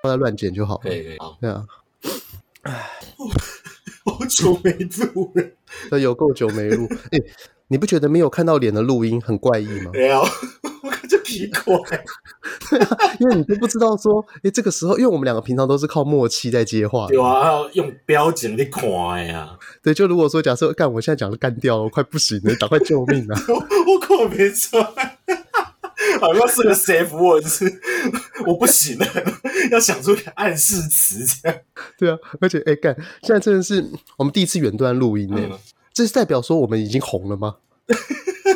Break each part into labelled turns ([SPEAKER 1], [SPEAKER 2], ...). [SPEAKER 1] 不要乱剪就好了。
[SPEAKER 2] 可以可以，好，
[SPEAKER 1] 对啊，
[SPEAKER 3] 好久没录了，
[SPEAKER 1] 这有够久没 录，哎、你不觉得没有看到脸的录音很怪异吗？
[SPEAKER 3] 没有，我感觉皮怪。
[SPEAKER 1] 因为你都不知道说，哎、这个时候，因为我们两个平常都是靠默契在接话，
[SPEAKER 3] 对啊，还要用表情去看的呀、啊，
[SPEAKER 1] 对，就如果说假设干，我现在讲的干掉了，我快不行 了，赶快救命啊！
[SPEAKER 3] 我看没出来。好像是个 safe word，是我不行了，要想出个暗示词这样。
[SPEAKER 1] 对啊，而且哎、诶干，现在真的是我们第一次远端录音呢、
[SPEAKER 3] 嗯
[SPEAKER 1] 这是代表说我们已经红了吗？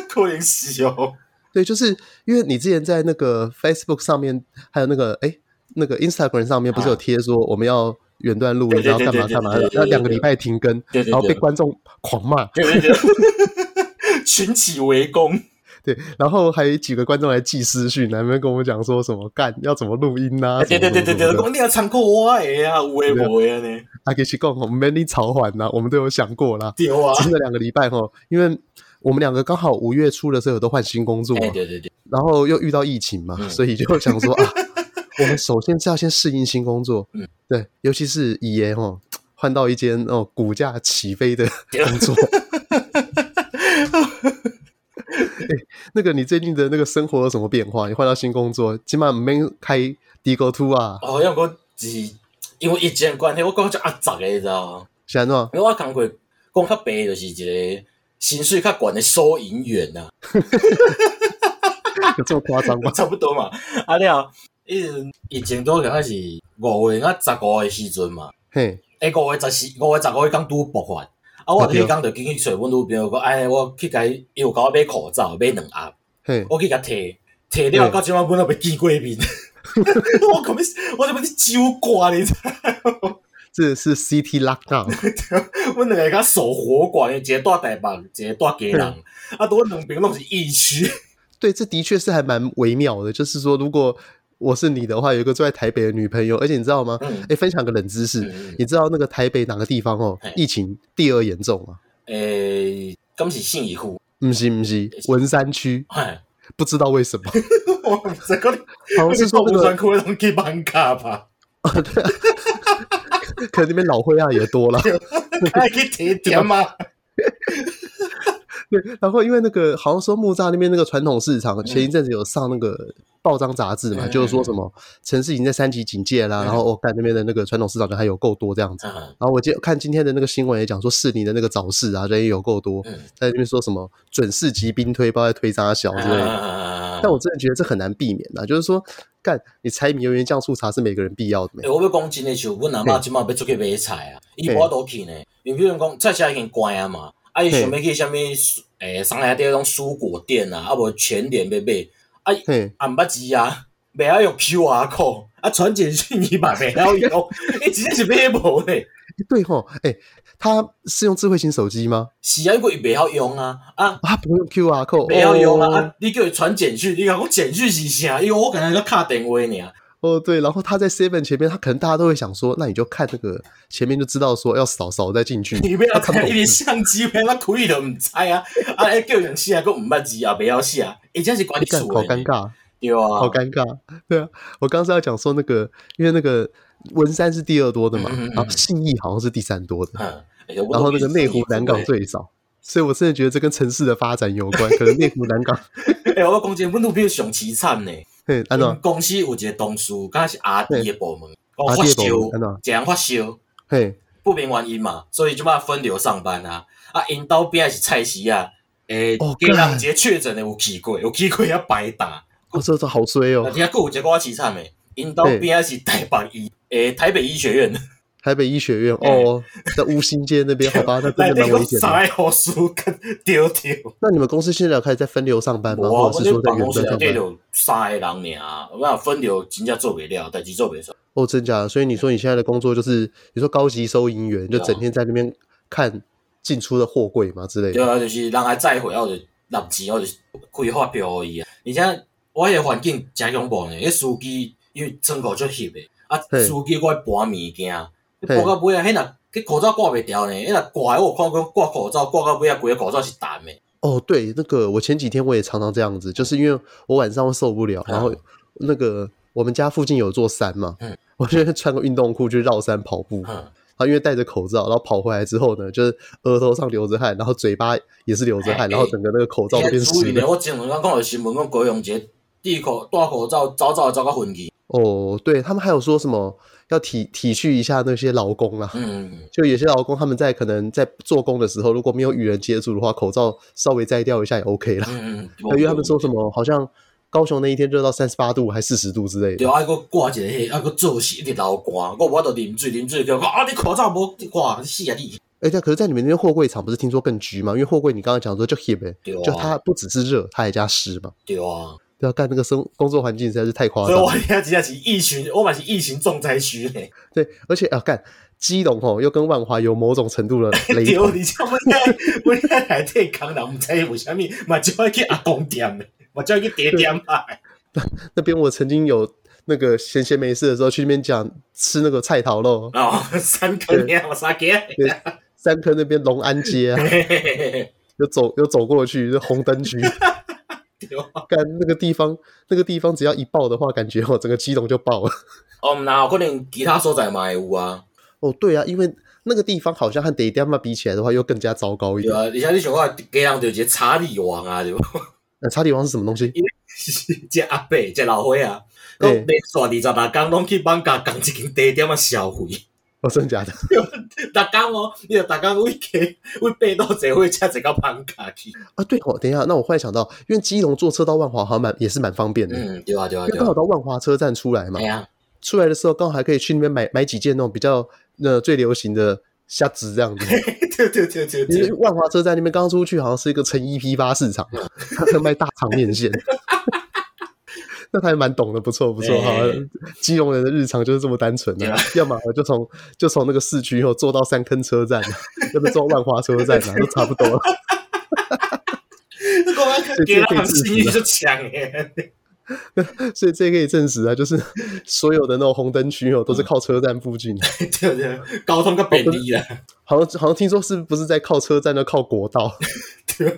[SPEAKER 3] 可怜死哦，
[SPEAKER 1] 对，就是因为你之前在那个 Facebook 上面，还有那个哎、那个 Instagram 上面，不是有贴说我们要远端录音，
[SPEAKER 3] 对对
[SPEAKER 1] 然后干
[SPEAKER 3] 对
[SPEAKER 1] 嘛
[SPEAKER 3] 对
[SPEAKER 1] 干嘛
[SPEAKER 3] 对对，对
[SPEAKER 1] 要两个礼拜停更，
[SPEAKER 3] 对对对
[SPEAKER 1] 然后被观众狂骂，
[SPEAKER 3] 对对对，群起围攻，
[SPEAKER 1] 对，然后还有几个观众来寄私讯，那边跟我们讲说什么干要怎么录音啊，
[SPEAKER 3] 哎对对对对对，讲你要参考我的啊，有诶无诶呢，
[SPEAKER 1] 阿给西贡我们 many 草缓呐，啊我们都有想过啦，
[SPEAKER 3] 对啊，
[SPEAKER 1] 真的两个礼拜哈，因为我们两个刚好五月初的时候都换新工作嘛、
[SPEAKER 2] 哎，对对对，
[SPEAKER 1] 然后又遇到疫情嘛，
[SPEAKER 2] 嗯
[SPEAKER 1] 所以就想 说啊，我们首先是要先适应新工作，
[SPEAKER 2] 嗯
[SPEAKER 1] 对，尤其是以耶哦，换到一间哦股价起飞 的工作。哎那个你最近的那个生活有什么变化？你换到新工作，起码没开低沟突啊，
[SPEAKER 2] 哦，因为我是因为疫情的关系，我讲就压杂的，你知道吗？
[SPEAKER 1] 是安怎？
[SPEAKER 2] 因为我工过讲较白，就是一个薪水较悬的收银员呐、？
[SPEAKER 1] 有这么夸张吗
[SPEAKER 2] 差不多嘛。啊了，伊疫情都刚开始五月啊十五的时阵嘛，
[SPEAKER 1] 嘿，
[SPEAKER 2] 诶五月十四、五月十五迄天拄爆发，啊我迄天就紧去找阮女朋友讲，哎，我去甲伊，伊有甲我买口罩，买两盒，
[SPEAKER 1] 嘿，
[SPEAKER 2] 我去甲摕。摕了到即满，阮都未见过面。 我可要，我怎么去酒馆你知道？
[SPEAKER 1] 这是 CT lockdown，
[SPEAKER 2] 阮两个甲守火馆，一个住台北，一个住家人，啊，拄阮两边拢是疫区。
[SPEAKER 1] 对，这的确是还蛮微妙的。就是说，如果我是你的话，有一个住在台北的女朋友，而且你知道吗？
[SPEAKER 2] 嗯
[SPEAKER 1] 哎，分享个冷知识，
[SPEAKER 2] 嗯
[SPEAKER 1] 你知道那个台北哪个地方哦
[SPEAKER 2] 嘿，
[SPEAKER 1] 疫情第二严重吗？
[SPEAKER 2] 诶，敢是呃信义区，
[SPEAKER 1] 不是不是，文山区
[SPEAKER 2] 嗨，
[SPEAKER 1] 不知道为什 么，
[SPEAKER 3] 我这个
[SPEAKER 1] 好像是说那
[SPEAKER 3] 无
[SPEAKER 1] 个
[SPEAKER 3] 专科拢去网咖 吧，
[SPEAKER 1] 可能那边老灰啊也多了。
[SPEAKER 3] 还哎去提点嘛，
[SPEAKER 1] 对，然后因为那个好像说木栅那边那个传统市场前一阵子有上那个报章杂志嘛，
[SPEAKER 2] 嗯
[SPEAKER 1] 就是说什么城市已经在三级警戒啦，
[SPEAKER 2] 嗯
[SPEAKER 1] 然后我看那边的那个传统市场就还有够多这样子。
[SPEAKER 2] 啊，
[SPEAKER 1] 然后我今看今天的那个新闻也讲说，悉尼的那个早市啊，人也有够多，
[SPEAKER 2] 嗯，
[SPEAKER 1] 在那边说什么准市级兵推，不知道在推啥小之类的。
[SPEAKER 2] 啊
[SPEAKER 1] 但我真的觉得这很难避免呐、就是说，干你柴米油盐酱醋茶是每个人必要的没
[SPEAKER 2] 欸，？我要讲真诶，像阮阿嬷即满要出去买菜啊，伊
[SPEAKER 1] 嘿
[SPEAKER 2] 无倒去呢，因为比如讲菜市已经关啊嘛，啊伊
[SPEAKER 1] 嘿
[SPEAKER 2] 想要去啥物诶，上海底迄种蔬果店啊，啊无全联要买，
[SPEAKER 1] 嘿，
[SPEAKER 2] 啊毋捌字啊，袂晓用 QR code，啊传简讯伊嘛袂晓用， 伊真正是买无咧。
[SPEAKER 1] 对吼，哎、他是用智慧型手机吗？
[SPEAKER 2] 是啊，因为伊袂晓用啊，啊，
[SPEAKER 1] 啊，不用 QR code，
[SPEAKER 2] 袂晓用啊，
[SPEAKER 1] 哦
[SPEAKER 2] 啊，你叫伊传简讯，你讲我简讯是啥？因为我刚才在敲电话尔，
[SPEAKER 1] 哦，对，然后他在 Seven 前面，他可能大家都会想说，那你就看那个前面就知道说要扫扫再进去，
[SPEAKER 2] 你不要
[SPEAKER 1] 他看不
[SPEAKER 2] 看
[SPEAKER 1] 懂
[SPEAKER 2] 伊
[SPEAKER 1] 字
[SPEAKER 2] 啊连相机片我开伊都毋知啊，啊，迄叫人写，佫毋捌字也袂晓写，啊伊真是欸管你
[SPEAKER 1] 干
[SPEAKER 2] 厝
[SPEAKER 1] 好尴，尬，
[SPEAKER 2] 对啊，
[SPEAKER 1] 好尴尬，对啊，我刚是要讲说那个，因为那个文山是第二多的嘛，
[SPEAKER 2] 嗯嗯嗯
[SPEAKER 1] 然后信义好像是第三多的，
[SPEAKER 2] 嗯，
[SPEAKER 1] 然
[SPEAKER 2] 然
[SPEAKER 1] 后那个内湖南港，最少，所以我真的觉得这跟城市的发展有关，可能内湖南港，
[SPEAKER 2] 哎，我讲真，阮女朋友上凄惨呢，
[SPEAKER 1] 嘿，安
[SPEAKER 2] 阮
[SPEAKER 1] 娜，
[SPEAKER 2] 公司有一个同事，敢若是阿弟的部门，讲发
[SPEAKER 1] 阿弟
[SPEAKER 2] 烧
[SPEAKER 1] 的部门安怎，
[SPEAKER 2] 一人发烧，
[SPEAKER 1] 嘿，
[SPEAKER 2] 不明原因嘛，所以即摆分流上班啊，啊，因兜边的是菜市啊，诶，
[SPEAKER 1] 哦
[SPEAKER 2] 家人
[SPEAKER 1] 干
[SPEAKER 2] 一个确诊的有去过，有去过遐白打。
[SPEAKER 1] 我说这好衰
[SPEAKER 2] 而
[SPEAKER 1] 哦，
[SPEAKER 2] 且佫有一个我凄惨的，因兜边仔是台北医，诶、台北医 学院，
[SPEAKER 1] 台北医学院哦，在乌心街那边，好吧，那
[SPEAKER 2] 内
[SPEAKER 1] 真的
[SPEAKER 2] 底
[SPEAKER 1] 蛮危
[SPEAKER 2] 有
[SPEAKER 1] 险
[SPEAKER 2] 三
[SPEAKER 1] 的。
[SPEAKER 2] 个护士跟丢 丢。
[SPEAKER 1] 那你们公司现在有开始在分流上班吗？
[SPEAKER 2] 我
[SPEAKER 1] 或者是
[SPEAKER 2] 阮这
[SPEAKER 1] 说在
[SPEAKER 2] 办
[SPEAKER 1] 远
[SPEAKER 2] 公啊室
[SPEAKER 1] 端
[SPEAKER 2] 内
[SPEAKER 1] 上
[SPEAKER 2] 底
[SPEAKER 1] 班？
[SPEAKER 2] 有三个人尔，我若分流真正做袂了，代志做袂出。
[SPEAKER 1] 哦，真假的？所以你说你现在的工作就是，你说高级收银员，
[SPEAKER 2] 啊
[SPEAKER 1] 就整天在那边看进出的货柜嘛之类
[SPEAKER 2] 对
[SPEAKER 1] 的。
[SPEAKER 2] 啊，就是人还载回，我就拿钱，我就开发票而已啊。而且我迄个环境诚恐怖呢，迄司机因为窗口足翕的，啊，
[SPEAKER 1] 嘿
[SPEAKER 2] 司机我搬物件，
[SPEAKER 1] 嘿
[SPEAKER 2] 搬到尾啊，迄若迄口罩挂袂掉呢，迄若挂的我有看过挂口罩挂到尾啊，规个口罩是湿的。
[SPEAKER 1] 哦，对，那个我前几天我也常常这
[SPEAKER 2] 嗯
[SPEAKER 1] 样子，就是因为我晚上会受不了，然后那个我们家附近有座山嘛，
[SPEAKER 2] 嗯
[SPEAKER 1] 我就是穿个运动裤去绕山跑步，
[SPEAKER 2] 嗯，
[SPEAKER 1] 他因为戴着口罩，然后跑回来之后呢，就是额头上流着汗，然后嘴巴也是流着汗，
[SPEAKER 2] 哎
[SPEAKER 1] 然后整个那个口罩变
[SPEAKER 2] 现在注
[SPEAKER 1] 湿
[SPEAKER 2] 意呢，
[SPEAKER 1] 了。
[SPEAKER 2] 我前两天看到新闻讲高雄一个戴口戴口罩早早走个昏去，
[SPEAKER 1] 哦，对他们还有说什么要体体恤一下那些劳工啊，
[SPEAKER 2] 嗯，
[SPEAKER 1] 就有些劳工他们在可能在做工的时候，如果没有与人接触的话，口罩稍微摘掉一下也 OK 啦。
[SPEAKER 2] 嗯嗯，
[SPEAKER 1] 因为他们说什么好像高雄那一天热到三十八度还四十度之类
[SPEAKER 2] 对
[SPEAKER 1] 的。
[SPEAKER 2] 啊，还佫挂一个迄，还佫做事一直流汗，我我都啉水啉水，叫我啊你口罩无挂，你死啊你！
[SPEAKER 1] 哎，对啊，可是，在你们那边货柜厂不是听说更焗吗？因为货柜你刚刚讲说就 hip，、欸、
[SPEAKER 2] 对啊
[SPEAKER 1] 就它不只是热，它还加湿嘛。
[SPEAKER 2] 对啊，
[SPEAKER 1] 对啊，干那个生工作环境实在是太夸
[SPEAKER 3] 所以
[SPEAKER 1] 张
[SPEAKER 3] 我
[SPEAKER 1] 了。
[SPEAKER 3] 现在真正是疫情，我嘛是疫情重灾区嘞。
[SPEAKER 1] 对，而且啊，干基隆吼又跟万华有某种程度的 雷
[SPEAKER 3] 对，
[SPEAKER 1] 同。
[SPEAKER 3] 而且我现在我现在内底工人，毋知为虾米，嘛就要去阿公店的，嘛就要去茶店买。
[SPEAKER 1] 那边我曾经有那个闲闲没事的时候去那边讲吃那个菜头肉，
[SPEAKER 3] 哦，三坑呀，我三间。
[SPEAKER 1] 对，三坑那边隆安街啊，
[SPEAKER 2] 嘿嘿嘿嘿
[SPEAKER 1] 又走又走过去，就红灯 区。
[SPEAKER 3] 对啊
[SPEAKER 1] 干那个地方，那个地方只要一爆的话，感觉哦整个基隆就爆了。
[SPEAKER 2] 哦，毋然有可能其他所在嘛会有啊，
[SPEAKER 1] 哦，对啊，因为那个地方好像和得点嘛比起来的话，又更加糟糕一
[SPEAKER 2] 对
[SPEAKER 1] 点。
[SPEAKER 2] 啊，而且你想看，家人就一个查理王啊，对无？
[SPEAKER 1] 那查理王是什么东西？
[SPEAKER 2] 这阿伯，这老伙啊，讲
[SPEAKER 1] 欸
[SPEAKER 2] 连续二十六工拢去放假，共一间茶点啊消费，
[SPEAKER 1] 哦，真的假的？
[SPEAKER 2] 逐工哦，你着逐工为客为爬到坐火车坐到放假去，
[SPEAKER 1] 啊，对哦，等一下，那我忽然想到，因为基隆坐车到万华好像蛮也是蛮方便的，
[SPEAKER 2] 嗯，对啊对啊
[SPEAKER 1] 因为
[SPEAKER 2] 对
[SPEAKER 1] 刚好
[SPEAKER 2] 啊，
[SPEAKER 1] 到万华车站出来嘛
[SPEAKER 2] 哎，呀，
[SPEAKER 1] 出来的时候刚好还可以去那边买买几件那种比较呃最流行的虾子这样子。
[SPEAKER 3] 对对对对
[SPEAKER 1] 因为
[SPEAKER 3] 对，
[SPEAKER 1] 万华车站那边刚出去，好像是一个成衣批发市场，啊 他在卖大肠面线。 那他还蛮懂的，不错不错哈
[SPEAKER 2] 哎。
[SPEAKER 1] 基隆人的日常就是这么单纯的、
[SPEAKER 2] 对啊
[SPEAKER 1] 要么就从就从那个市区后坐到三坑车站，啊要么坐万华车站啊，都差不多了。
[SPEAKER 3] 你讲啊，给人信誉就强诶。
[SPEAKER 1] 所以这可以证实啊，就是所有的那种红灯区哦，都
[SPEAKER 2] 嗯
[SPEAKER 1] 是靠车站附近。啊
[SPEAKER 3] 对对，交通较便利啦。
[SPEAKER 1] 好像好像听说是不是在靠车站的靠国道，
[SPEAKER 3] 对啊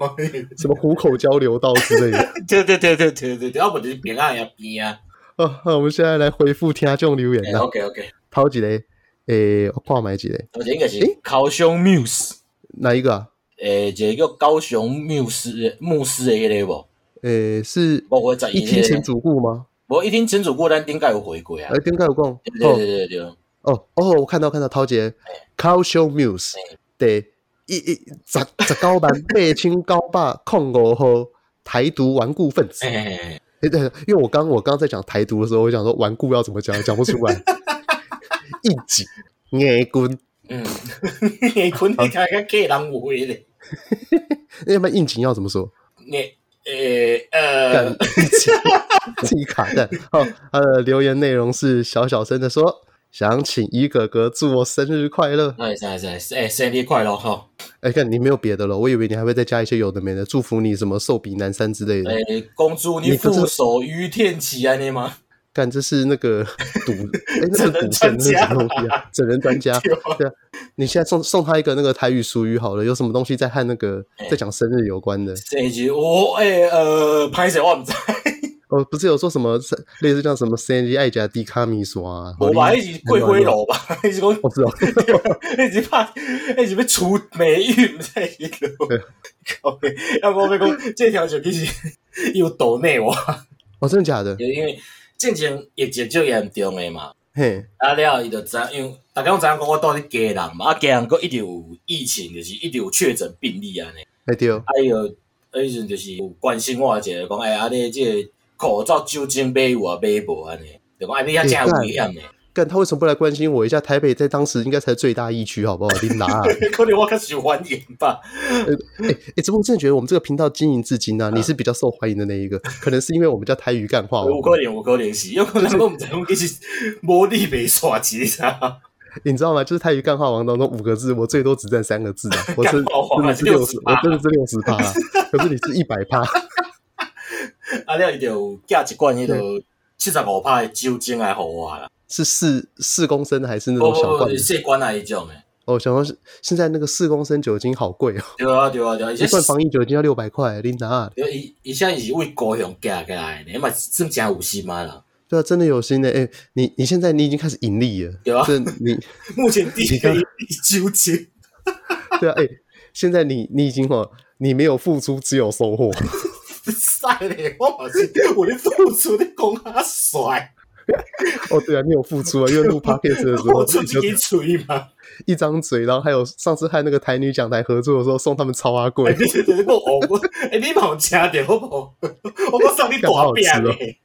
[SPEAKER 1] 什么虎口交流道之类的。
[SPEAKER 3] 对对对对对对
[SPEAKER 2] 对，要不就是平安遐边啊
[SPEAKER 1] 啊，那我们现在来回复听众留言啊啦。
[SPEAKER 2] ，OK OK，
[SPEAKER 1] 头一个，诶、我看买几个，
[SPEAKER 2] 我这应该是
[SPEAKER 1] 诶
[SPEAKER 2] 高雄 Muse。
[SPEAKER 1] 哪一个啊？
[SPEAKER 2] 诶、一个叫高雄牧师的牧师的迄个无，
[SPEAKER 1] 诶、是
[SPEAKER 2] 包括在
[SPEAKER 1] 一
[SPEAKER 2] 伊
[SPEAKER 1] 听前
[SPEAKER 2] 迄个，
[SPEAKER 1] 主顾吗？
[SPEAKER 2] 无一听前主过咱顶盖有回过啊
[SPEAKER 1] 哎、。点解有讲？
[SPEAKER 2] 对对对对对，
[SPEAKER 1] 哦哦哦，我看到看到，陶杰 c o w Show Muse 对一一十十九 万八千九百控五号台独顽固分子。
[SPEAKER 2] 诶、
[SPEAKER 1] 诶
[SPEAKER 2] 欸，
[SPEAKER 1] 对，因为我刚我刚在讲台独的时候，我想说顽固要怎么讲，讲不出来。 一级硬棍，
[SPEAKER 2] 嗯，
[SPEAKER 3] 对，你 困你看看给人话 咧。
[SPEAKER 1] 那么应景要怎么说？
[SPEAKER 2] 你
[SPEAKER 3] 诶
[SPEAKER 1] 干
[SPEAKER 3] 呃，
[SPEAKER 1] 一起自己卡蛋。好，他的留言内容是小小声的说，想请一哥哥祝我生日快乐。
[SPEAKER 2] 那是是是，诶、生日快乐吼！
[SPEAKER 1] 哎，看你没有别的了，我以为你还会再加一些有的没的，祝福你什么寿比南山之
[SPEAKER 3] 哎
[SPEAKER 1] 类的。
[SPEAKER 2] 诶、公主你
[SPEAKER 1] 你不是
[SPEAKER 2] 俯首于天齐安尼吗？
[SPEAKER 1] 干，这是那个 赌，哎，那
[SPEAKER 3] 整
[SPEAKER 1] 个
[SPEAKER 3] 人
[SPEAKER 1] 赌
[SPEAKER 3] 专
[SPEAKER 1] 神那是
[SPEAKER 3] 家
[SPEAKER 1] 什么东西啊？整人专家，
[SPEAKER 3] 对啊
[SPEAKER 1] 对啊。你现在送送他一个那个台语俗语好了，有什么东西在和那个
[SPEAKER 2] 哎
[SPEAKER 1] 在讲生日有关的？
[SPEAKER 2] 生日我诶、呃，歹势我毋知，
[SPEAKER 1] 哦，不是有说什么类似叫什么生日爱加迪卡米索啊？
[SPEAKER 2] 无吧，迄是
[SPEAKER 1] 很
[SPEAKER 2] 桂
[SPEAKER 1] 暖
[SPEAKER 2] 花
[SPEAKER 1] 哦
[SPEAKER 2] 楼吧？ 迄是讲，
[SPEAKER 1] 我知道，
[SPEAKER 2] 迄是拍，迄是要出美玉，毋知迄
[SPEAKER 1] 对
[SPEAKER 2] 落。靠北啊，我要讲，这条就其实有岛内我。
[SPEAKER 1] 哦，真的 假的？
[SPEAKER 2] 就因为进前疫情最严重诶嘛，
[SPEAKER 1] 嘿，
[SPEAKER 2] 啊了后伊就知道，因为大家拢知影讲我住伫家人嘛，啊家人佫一直有疫情，就是一直有确诊病例安尼，
[SPEAKER 1] 哎对哦，
[SPEAKER 2] 啊伊就啊伊阵就是有关心我一下，讲哎啊你即个口罩酒精买有啊买无安尼，就讲啊你遐真有危险诶，
[SPEAKER 1] 干他为什么不来关心我一下？台北在当时应该才最大疫区，好不好？琳达、啊，
[SPEAKER 3] 可能我较受欢迎吧。
[SPEAKER 1] 哎、哎，只不过真的觉得我们这个频道经营至今呢、啊，你是比较受欢迎的那一个，可能是因为我们叫台语干话
[SPEAKER 2] 有
[SPEAKER 1] 王。
[SPEAKER 2] 可能有可能是，有可能我毋知讲其实
[SPEAKER 3] 无你袂刷钱啥？
[SPEAKER 1] 你知道吗？就是台语干话王当中五个字，我最多只占三个字啊，我是
[SPEAKER 3] 干话王
[SPEAKER 1] 真的是六十，我真的是六十趴啊，可是你是一百趴，
[SPEAKER 2] 啊了伊就有寄一罐迄个七十五拍诶酒精来互我啦，
[SPEAKER 1] 是四四公升的还是那
[SPEAKER 2] 不
[SPEAKER 1] 种小
[SPEAKER 2] 不
[SPEAKER 1] 罐
[SPEAKER 2] 不，
[SPEAKER 1] 的？
[SPEAKER 2] 细罐啊迄种诶，
[SPEAKER 1] 哦，想说是现在那个四公升酒精好贵哦，
[SPEAKER 2] 对啊对啊对啊，
[SPEAKER 1] 一
[SPEAKER 2] 伊
[SPEAKER 1] 罐防疫酒精要六百块，琳达啊。
[SPEAKER 2] 对，伊伊现在是为高雄寄过来的，嘛算真有心啊啦。
[SPEAKER 1] 对啊，真的有心的、哎、你你现在你已经开始盈利了，
[SPEAKER 2] 对啊
[SPEAKER 1] 这你
[SPEAKER 3] 目前第一个一纠结，
[SPEAKER 1] 对啊，哎、现在你你已经哦，你没有付出，只有收获。
[SPEAKER 3] 晒嘞，我好像我的付出的讲他甩，
[SPEAKER 1] 哦，对啊，你有付出啊，因为录 podcast 的时 候
[SPEAKER 3] 我出去给吹嘛，
[SPEAKER 1] 一张嘴，然后还有上次和那个台女讲台合作的时候送他们超阿
[SPEAKER 2] 哎
[SPEAKER 1] 贵，
[SPEAKER 3] 你你你我我哎你冇吃掉好不好？我我送你大
[SPEAKER 1] 哦
[SPEAKER 3] 饼嘞，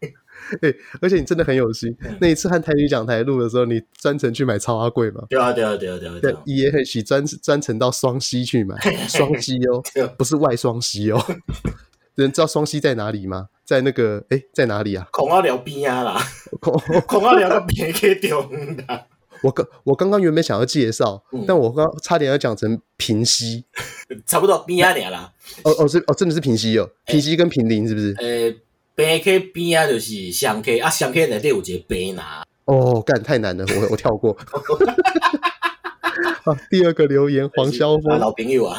[SPEAKER 1] 哎、而且你真的很有心。那一次和台女讲台录的时候，你专程去买超阿贵嘛？
[SPEAKER 2] 对啊，对啊，对啊，对啊，
[SPEAKER 1] 对
[SPEAKER 2] 对啊，，
[SPEAKER 1] 也很喜专专程到双溪去买双溪哦
[SPEAKER 2] 啊
[SPEAKER 3] 对，
[SPEAKER 1] 不是外双溪哦。 人知道双溪在哪里吗？在那个哎、在哪里啊？
[SPEAKER 3] 恐啊聊边啊啦，
[SPEAKER 1] 我
[SPEAKER 3] 恐啊聊个边去掉啦，
[SPEAKER 1] 我刚我刚刚原本想要介绍，
[SPEAKER 2] 嗯
[SPEAKER 1] 但我刚差点要讲成平溪。
[SPEAKER 2] 差不多边啊俩啦。
[SPEAKER 1] 哦哦是哦真的是平溪哦，平
[SPEAKER 2] 哎
[SPEAKER 1] 溪跟平林是不是？
[SPEAKER 2] 诶，呃平溪边啊就是上溪啊，上溪内底有一个白拿，
[SPEAKER 1] 哦，干太难了，我我跳过。 啊，第二个留言黄霄
[SPEAKER 2] 啊
[SPEAKER 1] 峰，
[SPEAKER 2] 老朋友啊，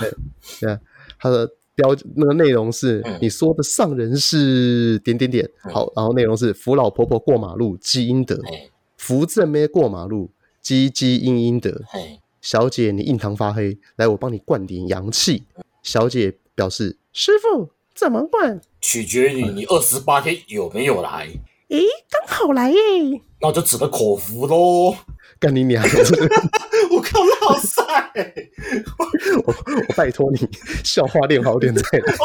[SPEAKER 1] 他的标那个内容是、
[SPEAKER 2] 嗯
[SPEAKER 1] 你说的上人是点点点，
[SPEAKER 2] 嗯哎
[SPEAKER 1] 好，然后内容是扶老婆婆过马路积阴德，
[SPEAKER 2] 嘿，
[SPEAKER 1] 扶正妹过马路积积阴阴德，
[SPEAKER 2] 嘿，
[SPEAKER 1] 小姐你印堂发黑，来我帮你灌点阳气。小姐表示师傅怎么灌？
[SPEAKER 2] 取决于你二十八天有没有来，
[SPEAKER 1] 诶，刚好来耶！
[SPEAKER 2] 那就只能口服喽。
[SPEAKER 1] 干你娘！
[SPEAKER 3] 我靠老晒。
[SPEAKER 1] 我我拜托你，笑话练好点再来。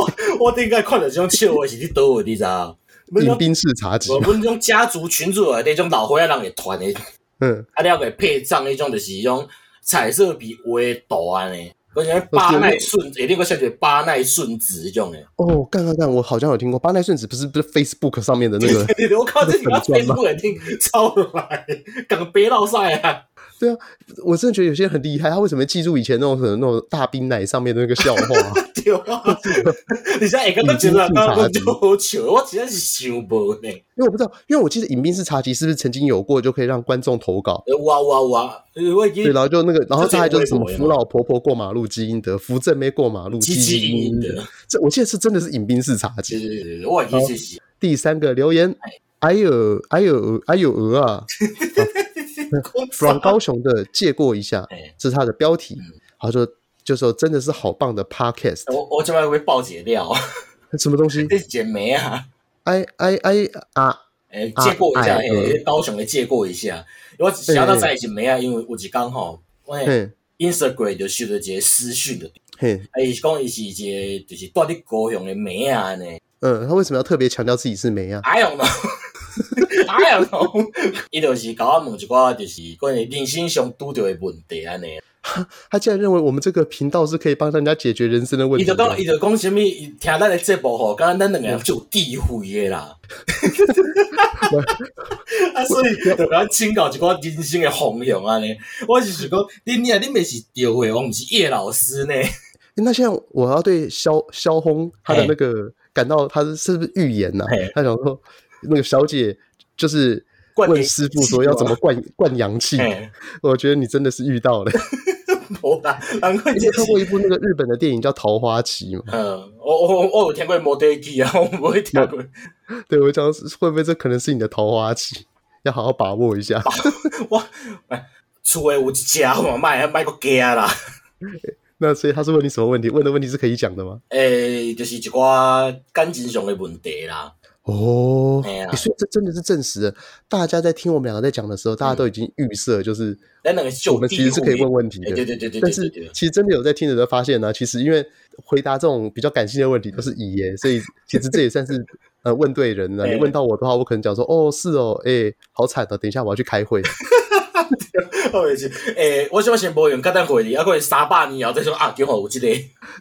[SPEAKER 2] 我顶个看到这种笑话是你倒位，你知道？阮
[SPEAKER 1] 迎
[SPEAKER 2] 种
[SPEAKER 1] 宾式茶几
[SPEAKER 2] 无，
[SPEAKER 1] 嘛，
[SPEAKER 2] 阮种家族群主内底种老伙仔人会团的，
[SPEAKER 1] 嗯，
[SPEAKER 2] 啊了个配上迄种就是迄种彩色笔画的图案的，而且巴奈顺一定会写一个巴奈顺子迄种的。
[SPEAKER 1] 哦，干干干，我好像有听过巴奈顺子，不是不是 Facebook 上面的那个，
[SPEAKER 2] 你我靠，这你要 Facebook 一定抄来， 讲白老赛啊！
[SPEAKER 1] 对啊， 我真的觉得有些人很厉害，他为什么会记住以前那种什么那种大冰奶上面的那个笑话啊、
[SPEAKER 2] 对啊，你现在会感觉真人当中就好笑，我真正是想无呢。
[SPEAKER 1] 因为我不知道，因为我记得迎宾式茶几是不是曾经有过，就可以让观众投稿。
[SPEAKER 2] 有啊有啊有啊，我已经
[SPEAKER 1] 对，然后就那个，然后再来就是什么
[SPEAKER 2] 这是微博
[SPEAKER 1] 扶老婆婆过马路基因德，扶正妹过马路
[SPEAKER 2] 积
[SPEAKER 1] 基
[SPEAKER 2] 极
[SPEAKER 1] 因
[SPEAKER 2] 营营
[SPEAKER 1] 德
[SPEAKER 2] 的，
[SPEAKER 1] 这我记得是真的是迎宾式茶
[SPEAKER 2] 是
[SPEAKER 1] 几。
[SPEAKER 2] 是是，我已经是是。
[SPEAKER 1] 第三个留言，哎呦哎呦哎呦鹅啊，from 高雄的借过一下
[SPEAKER 2] 哎，
[SPEAKER 1] 这是他的标题。他说就说真的是好棒的 podcast，
[SPEAKER 2] 我我这边会爆解料，
[SPEAKER 1] 什么东西？
[SPEAKER 2] 这是解梅啊，
[SPEAKER 1] 哎哎哎啊！
[SPEAKER 2] 诶，
[SPEAKER 1] 啊
[SPEAKER 2] 借过一下，
[SPEAKER 1] 哎
[SPEAKER 2] 诶，
[SPEAKER 1] 嗯
[SPEAKER 2] 高雄的借过一下。我想到在一梅啊，因为有一天吼，我的
[SPEAKER 1] 嘿
[SPEAKER 2] Instagram 就收到一个私讯的，
[SPEAKER 1] 嘿，
[SPEAKER 2] 啊，伊是讲伊是一个就是住伫高雄的梅啊呢，
[SPEAKER 1] 嗯，他为什么要特别强调自己是梅啊？
[SPEAKER 2] 哎 呦喏，哎呦喏， 伊就是甲我问一寡就是关于人生上拄着的问题安尼，啊
[SPEAKER 1] 他竟然认为我们这个频道是可以帮人家解决人生的问
[SPEAKER 2] 伊
[SPEAKER 1] 题的
[SPEAKER 2] 就。讲伊就讲啥物，伊听咱的节目吼，敢若咱
[SPEAKER 1] 嗯
[SPEAKER 2] 两个就有智慧 的啦，啊，所以就甲请教一寡人生的方向安尼。我是想讲，恁你啊，恁咪是对会，我毋是叶老师呢，
[SPEAKER 1] 诶那现在我要对萧萧轰他的
[SPEAKER 2] 嘿
[SPEAKER 1] 那个感到他是是不是预言呐、
[SPEAKER 2] 嘿
[SPEAKER 1] 他想说那个小姐就是
[SPEAKER 2] 灌
[SPEAKER 1] 问
[SPEAKER 2] 你
[SPEAKER 1] 师傅说要怎么灌灌阳气，
[SPEAKER 2] 嘿
[SPEAKER 1] 我觉得你真的是遇到了。
[SPEAKER 2] 无啦，难怪
[SPEAKER 1] 你有
[SPEAKER 2] 这
[SPEAKER 1] 看
[SPEAKER 2] 是。
[SPEAKER 1] 过一部那个日本的电影叫《桃花期》吗？
[SPEAKER 2] 嗯，我我我有听过 m o d 啊，我不会听过，
[SPEAKER 1] 对，我想说会不会这可能是你的桃花期，要好好把握一
[SPEAKER 2] 哦
[SPEAKER 1] 下。
[SPEAKER 2] 厝诶有一只我卖卖个加啦，
[SPEAKER 1] 那所以他是问你什么问题？问的问题是可以讲的吗？
[SPEAKER 2] 诶、就是一寡感情上的问题啦。
[SPEAKER 1] 哦，
[SPEAKER 2] 哎呀
[SPEAKER 1] 诶所以这真的是证实了，大家在听我们两个在讲的时候，大家都已经预设，就是
[SPEAKER 2] 咱两个是
[SPEAKER 1] 我们其实是可以问问题
[SPEAKER 2] 诶、对
[SPEAKER 1] 的。
[SPEAKER 2] 对对对
[SPEAKER 1] 但
[SPEAKER 2] 对
[SPEAKER 1] 是
[SPEAKER 2] 对对，
[SPEAKER 1] 其实真的有在听的人发现呢、其实因为回答这种比较感性的问题都是以耶，所以其实这也算是呃问对人了。
[SPEAKER 2] 哎
[SPEAKER 1] 你问到我的话，我可能讲说哦是哦，哎、好惨哦，等一下我要去开会。
[SPEAKER 2] 我也是。诶、我想先无用，简单回你，啊，可能三百年后再说啊，今好有即、个。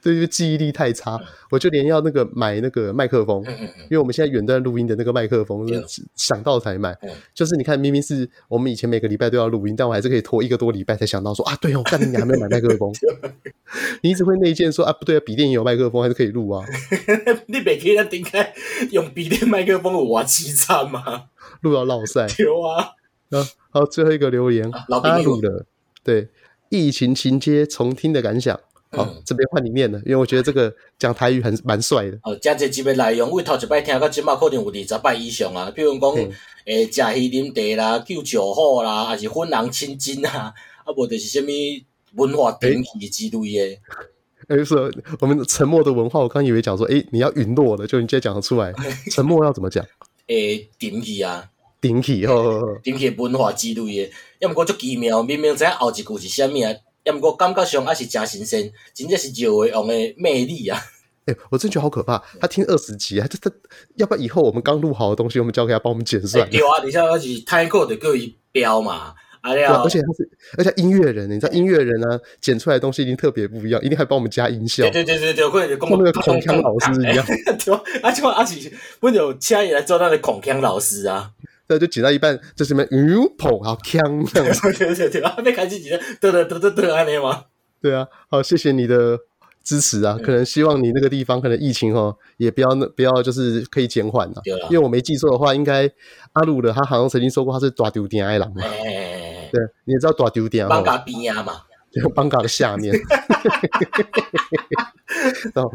[SPEAKER 1] 对，因为记忆力太差，我就连要那个买那个麦克风，
[SPEAKER 2] 嗯嗯嗯，
[SPEAKER 1] 因为我们现在远端录音的那个麦克风，
[SPEAKER 2] 对啊
[SPEAKER 1] 是想到才买
[SPEAKER 2] 嗯。
[SPEAKER 1] 就是你看，明明是我们以前每个礼拜都要录音，但我还是可以拖一个多礼拜才想到说啊，对哦，干你还没有买麦克 风。 你一直会内建说啊，不对啊，笔电也有麦克风，还是可以录啊。
[SPEAKER 2] 你袂记咱顶开用笔电麦克风有偌凄惨吗？
[SPEAKER 1] 录到落赛。
[SPEAKER 2] 对啊，
[SPEAKER 1] 然后，然后最后一个留言，
[SPEAKER 2] 老
[SPEAKER 1] 阿
[SPEAKER 2] 朋友
[SPEAKER 1] 里了，对，疫情情街重听的感想。好，
[SPEAKER 2] 嗯
[SPEAKER 1] 这边换你念了，因为我觉得这个讲台语很蛮帅的。
[SPEAKER 2] 哦，真侪集的内容，为头一摆听到即摆可能有二十摆以上啊。比如讲，
[SPEAKER 1] 嘿
[SPEAKER 2] 诶，食鱼啉茶啦，救酒好啦，还是粉人亲亲啊，啊无就是啥物文化顶级之类诶。
[SPEAKER 1] 哎、说我们沉默的文化，我刚以为讲说，哎、你要陨落了，就你直接讲得出 来。沉默要怎么讲？
[SPEAKER 2] 诶，顶级啊，
[SPEAKER 1] 顶起哦，
[SPEAKER 2] 顶级文化之类诶。要毋过足奇妙，明明知影后一句是啥物啊，要毋过感觉上还是诚新鲜，真正是赵维王诶魅力啊。
[SPEAKER 1] 哎、我真觉得好可怕。他听二十集，他啊他他，要不然以后我们刚录好的东西，我们交给他帮我们剪算
[SPEAKER 2] 欸
[SPEAKER 1] 了。
[SPEAKER 2] 对啊，而且我是泰国就叫伊标嘛，啊
[SPEAKER 1] 对啊
[SPEAKER 2] 了，
[SPEAKER 1] 而且他是，而且音乐人，你知道音乐人啊，剪出来的东西一定特别不一样，一定还帮我们加音效
[SPEAKER 2] 对，对对对对，可能就讲
[SPEAKER 1] 像那个孔锵老师一样。
[SPEAKER 2] 对啊，啊，即款啊是，阮就请伊来做咱的孔腔老师啊。
[SPEAKER 1] 对，就剪到一半，就什么嗯捧好锵这样子。
[SPEAKER 2] 对对对，啊，要开始是得得得得得安尼嘛。
[SPEAKER 1] 对啊，好，谢谢你的支持
[SPEAKER 2] 嗯
[SPEAKER 1] 啊。可能希望你那个地方，可能疫情哦，也不要那不要就是可以减缓啊。
[SPEAKER 2] 对啦
[SPEAKER 1] 因为我没记错的话，应该阿鲁的他好像曾经说过他是大丢点爱狼嘛。
[SPEAKER 2] 哎，
[SPEAKER 1] 对，啊你也知道大丢点
[SPEAKER 2] 放
[SPEAKER 1] 哦，
[SPEAKER 2] 假边啊嘛，
[SPEAKER 1] 就邦嘎的下面， 然后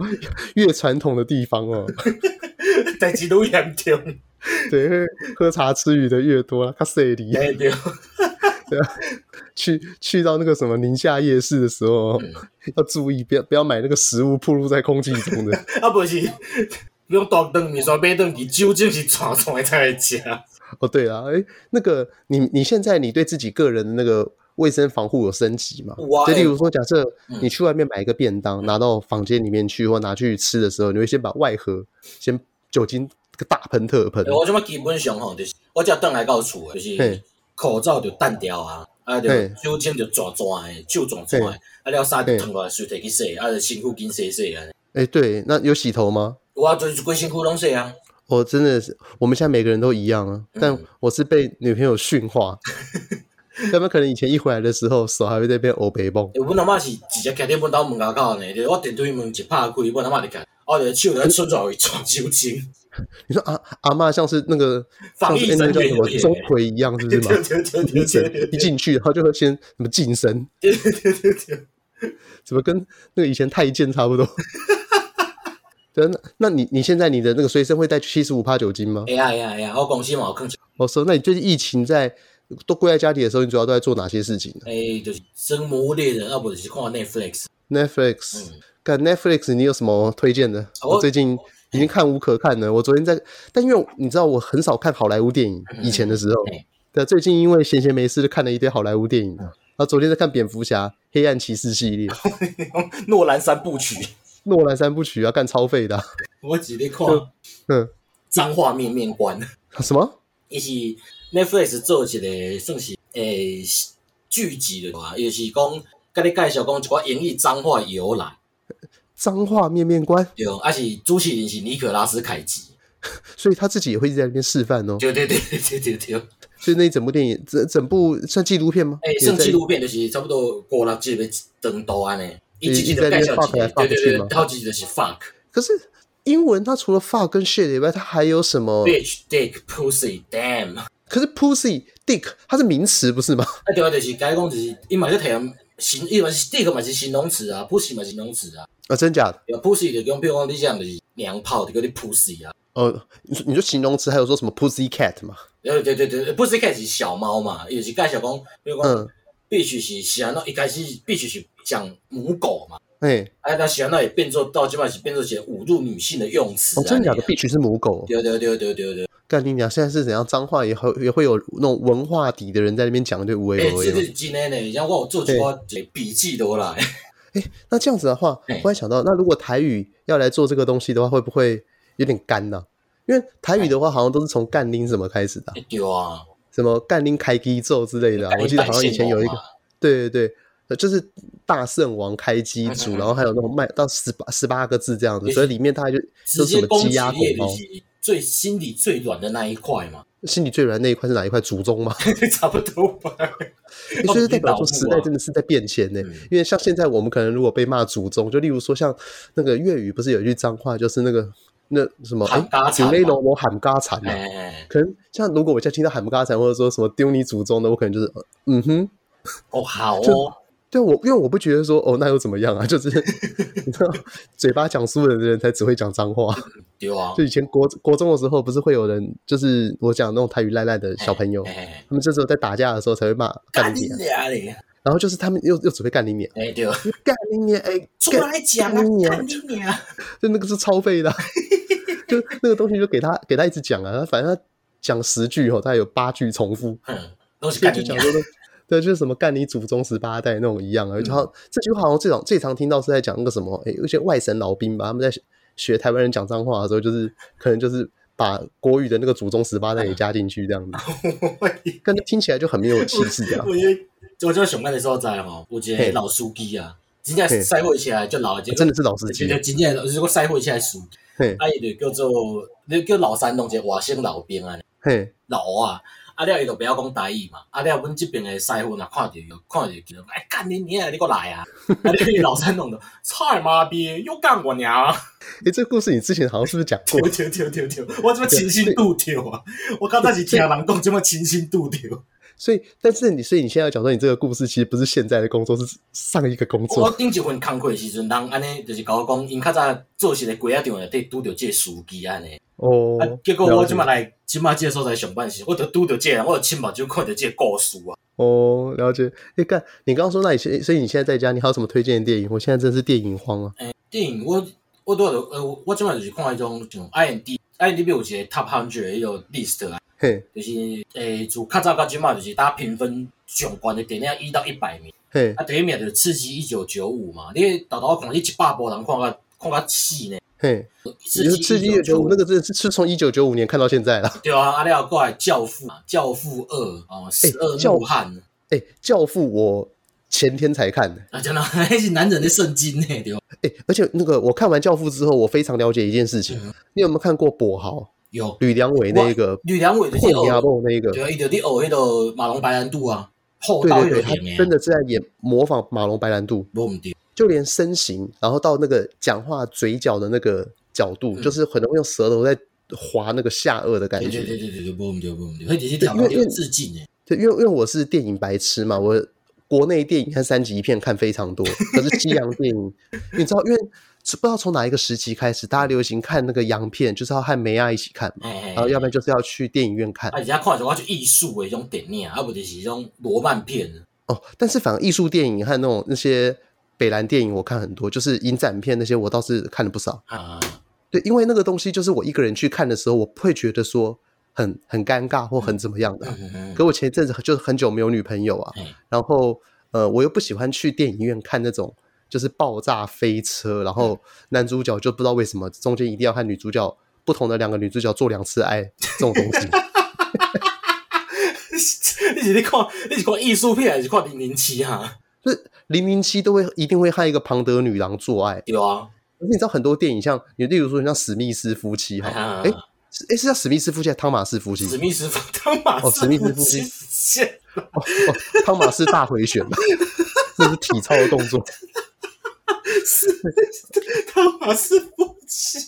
[SPEAKER 1] 越传统的地方哦，
[SPEAKER 2] 代志都严重。
[SPEAKER 1] 对，喝喝茶吃鱼的越多，他塞里
[SPEAKER 2] 哎对，
[SPEAKER 1] 去去到那个什么宁夏夜市的时候，哦要注意，不要不要买那个食物暴露在空气中 的。
[SPEAKER 2] 啊无是，用大顿面线买顿去，酒精是串串的才会食。
[SPEAKER 1] 哦，对啊，哎，那个你你现在你对自己个人的那个卫生防护有升级吗
[SPEAKER 2] 有啊？
[SPEAKER 1] 就例
[SPEAKER 2] 诶
[SPEAKER 1] 如说，假设
[SPEAKER 2] 嗯
[SPEAKER 1] 你去外面买一个便当，拿到房间里面去或拿去吃的时候，你会先把外盒先酒精个大喷特喷
[SPEAKER 2] 欸。我即摆基本上吼，就是我只倒来到厝的，就是
[SPEAKER 1] 嘿
[SPEAKER 2] 口罩就淡掉啊，啊，就
[SPEAKER 1] 嘿
[SPEAKER 2] 酒精就抓抓的，酒抓抓的
[SPEAKER 1] 嘿，
[SPEAKER 2] 啊了衫就
[SPEAKER 1] 嘿
[SPEAKER 2] 脱落来随摕去洗，啊就身躯紧洗洗安尼。
[SPEAKER 1] 哎，对，那有洗头吗？
[SPEAKER 2] 我就是规身躯拢洗啊。
[SPEAKER 1] 我真的是，我们现在每个人都一样啊，但
[SPEAKER 2] 嗯
[SPEAKER 1] 我是被女朋友驯 化，要不然可能以前一回来的时候手还会在那边欧北蹦。
[SPEAKER 2] 欸，阮阿嬷是直接徛伫阮兜门口口呢，就是我电梯门一拍开，阮阿嬷就徛，我就手就伸 出去抓酒精，
[SPEAKER 1] 你说阿阿嬷像是那个
[SPEAKER 2] 防
[SPEAKER 1] 像
[SPEAKER 2] 疫
[SPEAKER 1] 是那
[SPEAKER 2] 人
[SPEAKER 1] 个叫
[SPEAKER 2] 员
[SPEAKER 1] 什
[SPEAKER 2] 有
[SPEAKER 1] 么
[SPEAKER 2] 骗
[SPEAKER 1] 钟馗一样，是不是嘛？
[SPEAKER 2] 对对对
[SPEAKER 1] 精
[SPEAKER 2] 对
[SPEAKER 1] 神
[SPEAKER 2] 对
[SPEAKER 1] 一进去，然后就会先什么晋升，
[SPEAKER 2] 对对，
[SPEAKER 1] 怎么跟那个以前太监差不多？ 对，啊那那你你现在你的那个随身会带七十五帕酒精吗？
[SPEAKER 2] 会啊会啊会啊，我公司嘛有囥一
[SPEAKER 1] 我说，那你最近疫情在都归在家里的时候，你主要都在做哪些事情呢
[SPEAKER 2] 诶，哎就是生魔猎人，啊，无就是看 Netflix，
[SPEAKER 1] ？Netflix，
[SPEAKER 2] 嗯，哦
[SPEAKER 1] 看 Netflix，你有什么推荐的？
[SPEAKER 2] 我
[SPEAKER 1] 我最近已经看无可看了。我昨天在，但因为你知道我很少看好莱坞电影，
[SPEAKER 2] 嗯
[SPEAKER 1] 以前的时候
[SPEAKER 2] 对，嗯
[SPEAKER 1] 对，啊最近因为闲闲没事就看了一堆好莱坞电影啊。然后昨天在看蝙蝠侠、黑暗骑士系 列、
[SPEAKER 2] 诺兰三部曲，
[SPEAKER 1] 诺兰三部曲啊，干超费的啊、
[SPEAKER 2] 我是咧看
[SPEAKER 1] 嗯，
[SPEAKER 2] 脏话面面观，
[SPEAKER 1] 啊 什么？
[SPEAKER 2] 伊是 Netflix 做一个算是诶剧集的话，伊就是讲甲你介绍讲一寡英语脏话的由来，
[SPEAKER 1] 脏话面面观，
[SPEAKER 2] 对，啊是主持人是尼可拉斯凯奇。
[SPEAKER 1] 所以他自己也会一直在那边示范哦。
[SPEAKER 2] 对对对对对对，
[SPEAKER 1] 所以那一整部电影，整整部算纪录片吗？
[SPEAKER 2] 哎、
[SPEAKER 1] 也
[SPEAKER 2] 算
[SPEAKER 1] 在
[SPEAKER 2] 纪录片就是差不多五六集的长度安尼，伊一集就
[SPEAKER 1] 一直在
[SPEAKER 2] 介绍一
[SPEAKER 1] 那边
[SPEAKER 2] 个，
[SPEAKER 1] fuck 来 fuck
[SPEAKER 2] 对对
[SPEAKER 1] 去
[SPEAKER 2] 对
[SPEAKER 1] 嘛，
[SPEAKER 2] 头一集就是 fuck
[SPEAKER 1] 可是英文它除了 fuck 跟 shit 以外，它还有什么？
[SPEAKER 2] bitch dick pussy damn，啊
[SPEAKER 1] 可是 pussy dick 它是名词不是吗？
[SPEAKER 2] 对啊，就是该讲就是伊嘛就提供形，伊嘛是 dick 嘛是形容词啊，pussy 嘛是形容词啊，
[SPEAKER 1] 啊，真假的？
[SPEAKER 2] 对啊，pussy 就讲比如讲你这样就是娘炮，就叫你 pussy 啊，
[SPEAKER 1] 哦，你说你说形容词还有说什么 pussy cat 嘛？
[SPEAKER 2] 对对对对，pussy cat 是小猫嘛，伊就是介绍讲，比如讲
[SPEAKER 1] 嗯，
[SPEAKER 2] 必须是是安怎，一开始必须是讲母狗嘛，
[SPEAKER 1] 哎，
[SPEAKER 2] 啊，那是安怎也变做到即摆是变做一个侮辱女性的用词、
[SPEAKER 1] 哦，
[SPEAKER 2] 啊，
[SPEAKER 1] 真假的
[SPEAKER 2] 这样
[SPEAKER 1] bitch 是母狗哦。
[SPEAKER 2] 对啊对对对对对，
[SPEAKER 1] 干你娘！现在是怎样脏话也好，也会有那种文化底的人在那边讲一堆无为
[SPEAKER 2] 哎、
[SPEAKER 1] 而
[SPEAKER 2] 这
[SPEAKER 1] 为。
[SPEAKER 2] 是真的呢，像我有做一寡笔记都来，
[SPEAKER 1] 那这样子的话，
[SPEAKER 2] 哎
[SPEAKER 1] 忽然想到，那如果台语要来做这个东西的话，会不会有点干呢、因为台语的话，好像都是从干拎什么开始的啊、
[SPEAKER 2] 哎 对啊，
[SPEAKER 1] 什么干拎开机咒之类的啊、我记得好像以前有一个，对对对，呃就是大圣王开机
[SPEAKER 2] 嗯
[SPEAKER 1] 主，
[SPEAKER 2] 嗯嗯
[SPEAKER 1] 然后还有那种卖到十八十八个字这样子，
[SPEAKER 2] 就是
[SPEAKER 1] 所以里面大概就
[SPEAKER 2] 直
[SPEAKER 1] 就是什
[SPEAKER 2] 接
[SPEAKER 1] 么
[SPEAKER 2] 攻
[SPEAKER 1] 鸡
[SPEAKER 2] 击
[SPEAKER 1] 鸭哦狗
[SPEAKER 2] 猎就
[SPEAKER 1] 猫，
[SPEAKER 2] 是最心里最软的那一块 嘛，
[SPEAKER 1] 心里最软那一块是哪一块？祖宗 嘛，
[SPEAKER 2] 差不多 吧。
[SPEAKER 1] 欸所以就代表
[SPEAKER 2] 老
[SPEAKER 1] 说
[SPEAKER 2] 母
[SPEAKER 1] 时代
[SPEAKER 2] 啊
[SPEAKER 1] 真的是在变迁呢、
[SPEAKER 2] 嗯
[SPEAKER 1] 因为像现在我们可能如果被骂祖宗，就例如说像那个粤语不是有一句脏话，就是那个那什么，
[SPEAKER 2] 喊家
[SPEAKER 1] 九
[SPEAKER 2] 产
[SPEAKER 1] 内
[SPEAKER 2] 嘛
[SPEAKER 1] 龙我喊嘎惨
[SPEAKER 2] 哎、
[SPEAKER 1] 嘛。可能像如果我现在听到喊嘎惨，或者说什么丢你祖宗的，我可能就是呃嗯哼，
[SPEAKER 2] 哦好
[SPEAKER 1] 就
[SPEAKER 2] 哦，
[SPEAKER 1] 对我，因为我不觉得说哦，那又怎么样啊？就是 你知道，嘴巴讲书的人才只会讲脏话。
[SPEAKER 2] 对啊，
[SPEAKER 1] 就以前国国中的时候，不是会有人就是我讲那种台语赖赖的小朋友，
[SPEAKER 2] 嘿嘿嘿
[SPEAKER 1] 他们这时候在打架的时候才会骂干
[SPEAKER 2] 哎干
[SPEAKER 1] 你啊
[SPEAKER 2] 你
[SPEAKER 1] 娘，
[SPEAKER 2] 俩嘞！
[SPEAKER 1] 然后就是他们又又只会干你娘，
[SPEAKER 2] 哎对，
[SPEAKER 1] 干你娘，哎，
[SPEAKER 2] 出
[SPEAKER 1] 干
[SPEAKER 2] 来讲啊，
[SPEAKER 1] 干你娘
[SPEAKER 2] 干你俩！
[SPEAKER 1] 就那个是超费的 啊、就那个东西就给他给他一直讲啊，反正他讲十句哦，大概有八句重复，
[SPEAKER 2] 哼，都是
[SPEAKER 1] 所以
[SPEAKER 2] 干
[SPEAKER 1] 就
[SPEAKER 2] 你啊
[SPEAKER 1] 讲
[SPEAKER 2] 俩。
[SPEAKER 1] 说的，对，就是什么干你祖宗十八代那种一样啊。
[SPEAKER 2] 嗯
[SPEAKER 1] 然后这句话好像最常最常听到是在讲那个什么，诶，有些外省老兵吧，他们在学学台湾人讲脏话的时候，就是可能就是把国语的那个祖宗十八代也加进去这样 子，但是听起来就很没有气势啊。
[SPEAKER 2] 我觉得，我就想干的时候知道吼，有一个老司机啊，真正赛会起来就老，真
[SPEAKER 1] 真的是老司
[SPEAKER 2] 真
[SPEAKER 1] 机，
[SPEAKER 2] 正真正就是我赛会起来司机，
[SPEAKER 1] 嘿
[SPEAKER 2] 啊伊就叫做，你叫老三弄一个外省老兵啊，
[SPEAKER 1] 嘿，
[SPEAKER 2] 老啊，啊了伊就不晓讲台语嘛，啊了阮即边的师傅若看着伊，看着伊就哎干你娘，你给我来啊！啊了伊老三弄的，操你妈逼，又干我娘！
[SPEAKER 1] 诶，哎这个故事你之前好像是不是讲过
[SPEAKER 2] 丢？丢丢丢丢，我怎么清新度丢啊？我刚才是听人讲怎么清新度丢，
[SPEAKER 1] 所以，但是你，所以你现在要讲说，你这个故事其实不是现在的工作，是上一个工
[SPEAKER 2] 我
[SPEAKER 1] 作。
[SPEAKER 2] 顶一份工课的时阵，人安尼就是甲我讲，因较早做事的鸡仔场内底拄着即个司机安尼，
[SPEAKER 1] 哦
[SPEAKER 2] 啊，，结果我
[SPEAKER 1] 了
[SPEAKER 2] 即
[SPEAKER 1] 解
[SPEAKER 2] 马来即马即个所在上班时，我就拄着即个人，我就亲目睭看着即个故事啊。
[SPEAKER 1] 哦，了解。你看，你刚刚说，那你现，所以你现在在家，你还有什么推荐的电影？我现在真是电影荒啊！
[SPEAKER 2] 电影我我都有呃，我即摆就是看迄种像 I N D I N D 有一个 Top Hundred 迄个 list 啊，
[SPEAKER 1] 嘿，
[SPEAKER 2] 就是诶，自较早到即摆就是大家评分上悬的电影一到一百名，
[SPEAKER 1] 嘿，
[SPEAKER 2] 啊，第一名就是《刺激一九九五》嘛，你豆豆看你一百部人看甲看甲死呢，
[SPEAKER 1] 嘿，
[SPEAKER 2] 刺
[SPEAKER 1] 你是刺激一九九五，那
[SPEAKER 2] 个
[SPEAKER 1] 个真的是是从一九九五年看到现在了。
[SPEAKER 2] 对啊，啊了过来《教父》嘛，《教父二》哦，《十二
[SPEAKER 1] 哎教
[SPEAKER 2] 怒汉》
[SPEAKER 1] 哎，《教父》我前天才看的。
[SPEAKER 2] 啊，真的， 迄是男人的圣经呢，对吧？
[SPEAKER 1] 哎，而且那个我看完《教父》之后，我非常了解一件事情。你有没有看过跛豪
[SPEAKER 2] 有
[SPEAKER 1] 吕良伟那个
[SPEAKER 2] 吕良伟就是
[SPEAKER 1] 破牙
[SPEAKER 2] 学，
[SPEAKER 1] 梦那个？
[SPEAKER 2] 对啊，伊就伫学迄个马龙白兰度啊，厚
[SPEAKER 1] 对
[SPEAKER 2] 道
[SPEAKER 1] 对
[SPEAKER 2] 又
[SPEAKER 1] 对，他
[SPEAKER 2] 甜诶，
[SPEAKER 1] 真的是在演模仿马龙白兰度。
[SPEAKER 2] 无毋对。
[SPEAKER 1] 就连身形，然后到那个讲话嘴角的那个角度，就是可能会用舌头在划那个下颚的感
[SPEAKER 2] 嗯对
[SPEAKER 1] 觉。
[SPEAKER 2] 对对对对对，无毋对无毋对，迄只是条目
[SPEAKER 1] 因为因
[SPEAKER 2] 有
[SPEAKER 1] 为
[SPEAKER 2] 致敬诶。
[SPEAKER 1] 对因为因为我是电影白痴嘛，我国内电影和三级片看非常多，可是西洋电影，你知道，因为不知道从哪一个时期开始，大家流行看那个洋片，就是要和梅亚一起看嘛，
[SPEAKER 2] 哎
[SPEAKER 1] 然后要不然就是要去电影院看
[SPEAKER 2] 啊，而且看的时候我就艺术诶，种电影，啊，无就是种罗曼片。
[SPEAKER 1] 哦。但是反而艺术电影和那种那些北兰电影，我看很多，就是影展片那些，我倒是看了不少。
[SPEAKER 2] 啊，
[SPEAKER 1] 对，因为那个东西就是我一个人去看的时候，我不会觉得说很很尴尬或很怎么样的啊、
[SPEAKER 2] 嗯嗯
[SPEAKER 1] 可我前一阵子就是很久没有女朋友啊，
[SPEAKER 2] 嗯，
[SPEAKER 1] 然后呃，我又不喜欢去电影院看那种就是爆炸飞车，然后男主角就不知道为什么中间一定要和女主角不同的两个女主角做两次爱这种东西。
[SPEAKER 2] 你是咧看，你是看艺术片还是看零零七啊？
[SPEAKER 1] 就是零零七都会一定会和一个庞德女郎做爱，
[SPEAKER 2] 对啊，
[SPEAKER 1] 可是你知道很多电影像，你例如说像史密斯夫妻 哈，
[SPEAKER 2] 啊
[SPEAKER 1] 哎是哎是叫史密斯夫妻还是汤马斯夫妻？
[SPEAKER 2] 史密斯夫当马
[SPEAKER 1] 哦史密斯夫妻
[SPEAKER 2] 妻，
[SPEAKER 1] 哦，哦 汤马斯大回旋嘛，这是体操的动作。
[SPEAKER 2] 当马斯夫妻。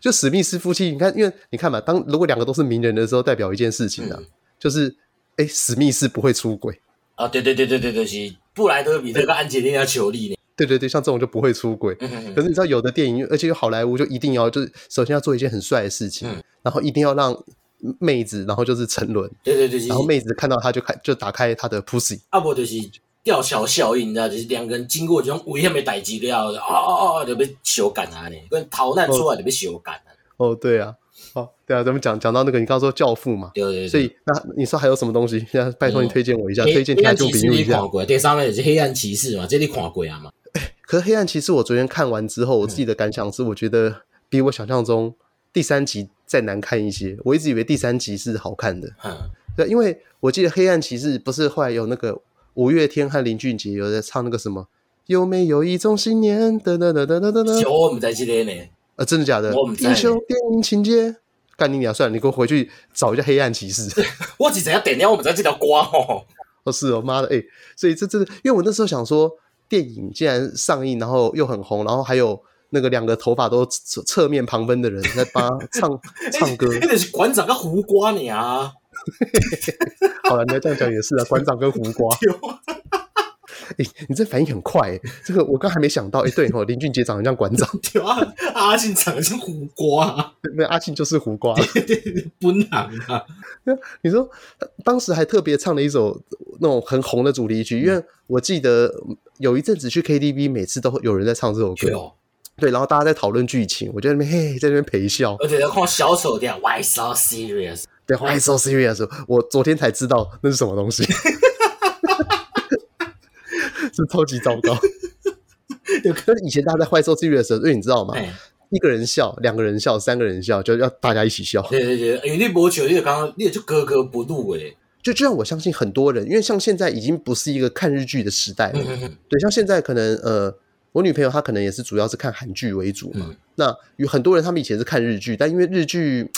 [SPEAKER 1] 就史密斯夫妻，你看，因为你看嘛，当如果两个都是名人的时候，代表一件事情啊，
[SPEAKER 2] 嗯
[SPEAKER 1] 就是哎，史密斯不会出轨。
[SPEAKER 2] 啊，对对对对对对，是布莱德比特跟安吉丽娜裘丽呢。
[SPEAKER 1] 对对对，像这种就不会出轨。
[SPEAKER 2] 嗯
[SPEAKER 1] 可是你知道，有的电影，而且有好莱坞，就一定要就是首先要做一件很帅的事情，
[SPEAKER 2] 嗯
[SPEAKER 1] 然后一定要让妹子，然后就是沉沦，
[SPEAKER 2] 对对对，是
[SPEAKER 1] 然后妹子看到他就开就打开他的 pussy。
[SPEAKER 2] 啊，无就是吊桥效应，你知道，就是两个人经过这种危险的代志了，啊啊啊，就被相干啊呢，跟逃难出来就被相干啊，
[SPEAKER 1] 哦，对啊，哦，对啊，咱们讲讲到那个，你刚刚说《教父》嘛，
[SPEAKER 2] 对对对。
[SPEAKER 1] 所以那你说还有什么东西？现在拜托你
[SPEAKER 2] 嗯
[SPEAKER 1] 推荐我一下，
[SPEAKER 2] 黑
[SPEAKER 1] 推荐
[SPEAKER 2] 黑
[SPEAKER 1] 听
[SPEAKER 2] 暗
[SPEAKER 1] 众
[SPEAKER 2] 骑
[SPEAKER 1] 朋
[SPEAKER 2] 士
[SPEAKER 1] 友
[SPEAKER 2] 你
[SPEAKER 1] 一下
[SPEAKER 2] 看。过，第三个就是黑暗骑士嘛，这你看过啊嘛？
[SPEAKER 1] 可是黑暗骑士，我昨天看完之后，我自己的感想是，我觉得比我想象中第三集再难看一些。我一直以为第三集是好看的，
[SPEAKER 2] 嗯，
[SPEAKER 1] 对，因为我记得黑暗骑士不是后来有那个五月天和林俊杰有在唱那个什么。有没有一种信念？等等等等等等
[SPEAKER 2] 小
[SPEAKER 1] 等，
[SPEAKER 2] 我们在这个呢，
[SPEAKER 1] 呃，真的假的
[SPEAKER 2] 我不？知道
[SPEAKER 1] 英雄电影情节，干你娘！算了，你给我回去找一下《黑暗骑士》。
[SPEAKER 2] 我只知道电影我们在这条歌吼，
[SPEAKER 1] 哦，是哦，妈的，哎、所以这真的，因为我那时候想说，电影既然上映，然后又很红，然后还有那个两个头发都侧侧面旁分的人在帮他唱唱歌，
[SPEAKER 2] 那就是馆长跟胡瓜你啊，
[SPEAKER 1] 好了，你要这样讲也是啊，馆长跟胡瓜，
[SPEAKER 2] 对啊
[SPEAKER 1] 哎、你这反应很快、欸，这个我刚还没想到。哎、对哦，林俊杰长得像馆长，
[SPEAKER 3] 对啊，阿信长得像苦瓜，
[SPEAKER 1] 那阿庆就是胡瓜。
[SPEAKER 3] 奔狼啊，
[SPEAKER 1] 你说呃当时还特别唱了一首那种很红的主题曲，因为我记得有一阵子去 KTV，每次都会有人在唱这首歌，
[SPEAKER 2] 有，
[SPEAKER 1] 对，哦然后大家在讨论剧情，我就在那边嘿，在那边陪笑。
[SPEAKER 2] 而且要看小丑店，Why so serious？
[SPEAKER 1] 对，Why so serious？我昨天才知道那是什么东西， 是超级糟糕。 有可能以前大家在 Why so serious 的时候，因为你知道吗？
[SPEAKER 2] 哎，
[SPEAKER 1] 一个人笑，两个人笑，三个人笑，就要大家一起笑。
[SPEAKER 2] 对对对，因为你无笑，你就刚刚你就格格不入诶。
[SPEAKER 1] 就就像我相信很多人，因为像现在已经不是一个看日剧的时代了，
[SPEAKER 2] 嗯嗯嗯
[SPEAKER 1] 对，像现在可能呃，我女朋友她可能也是主要是看韩剧为主嘛。
[SPEAKER 2] 嗯
[SPEAKER 1] 那有很多人他们以前是看日剧，但因为日剧。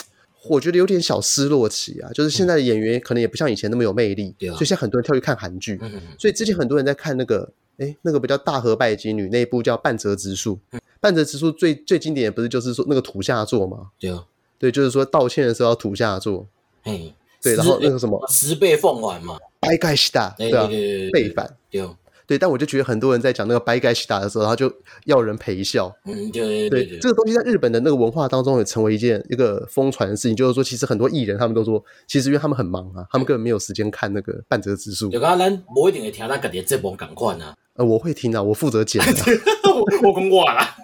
[SPEAKER 1] 我觉得有点小失落期啊，就是现在的演员可能也不像以前那么有魅力，
[SPEAKER 2] 嗯对啊
[SPEAKER 1] 所以现在很多人跳去看韩剧。
[SPEAKER 2] 嗯嗯
[SPEAKER 1] 所以之前很多人在看那个，哎，那个不叫《大和拜金女》那一部叫《半泽直树》。
[SPEAKER 2] 嗯
[SPEAKER 1] 半泽直树最最经典的不是就是说那个土下座吗？
[SPEAKER 2] 对啊，
[SPEAKER 1] 对，就是说道歉的时候要土下座。
[SPEAKER 2] 嘿，
[SPEAKER 1] 对，
[SPEAKER 2] 十
[SPEAKER 1] 然后那个什么
[SPEAKER 2] 十倍奉还嘛，
[SPEAKER 1] 白盖西达，
[SPEAKER 2] 哎
[SPEAKER 1] 对啊
[SPEAKER 2] 对，对对
[SPEAKER 1] 背
[SPEAKER 2] 对对
[SPEAKER 1] 反。
[SPEAKER 2] 对，
[SPEAKER 1] 对，但我就觉得很多人在讲那个白盖西达的时候，他就要人陪笑。
[SPEAKER 2] 嗯对对
[SPEAKER 1] 对，
[SPEAKER 2] 对
[SPEAKER 1] 这
[SPEAKER 2] 对，
[SPEAKER 1] 个东西在日本的那个文化当中也成为一件一个疯传的事情，就是说，其实很多艺人他们都说，其实因为他们很忙啊，他们根本没有时间看那个半泽直树
[SPEAKER 2] 就。讲咱无一定会听咱家己的节目共款 啊，
[SPEAKER 1] 呃，我会听啊，我负责剪、啊。
[SPEAKER 3] 我我讲我啦，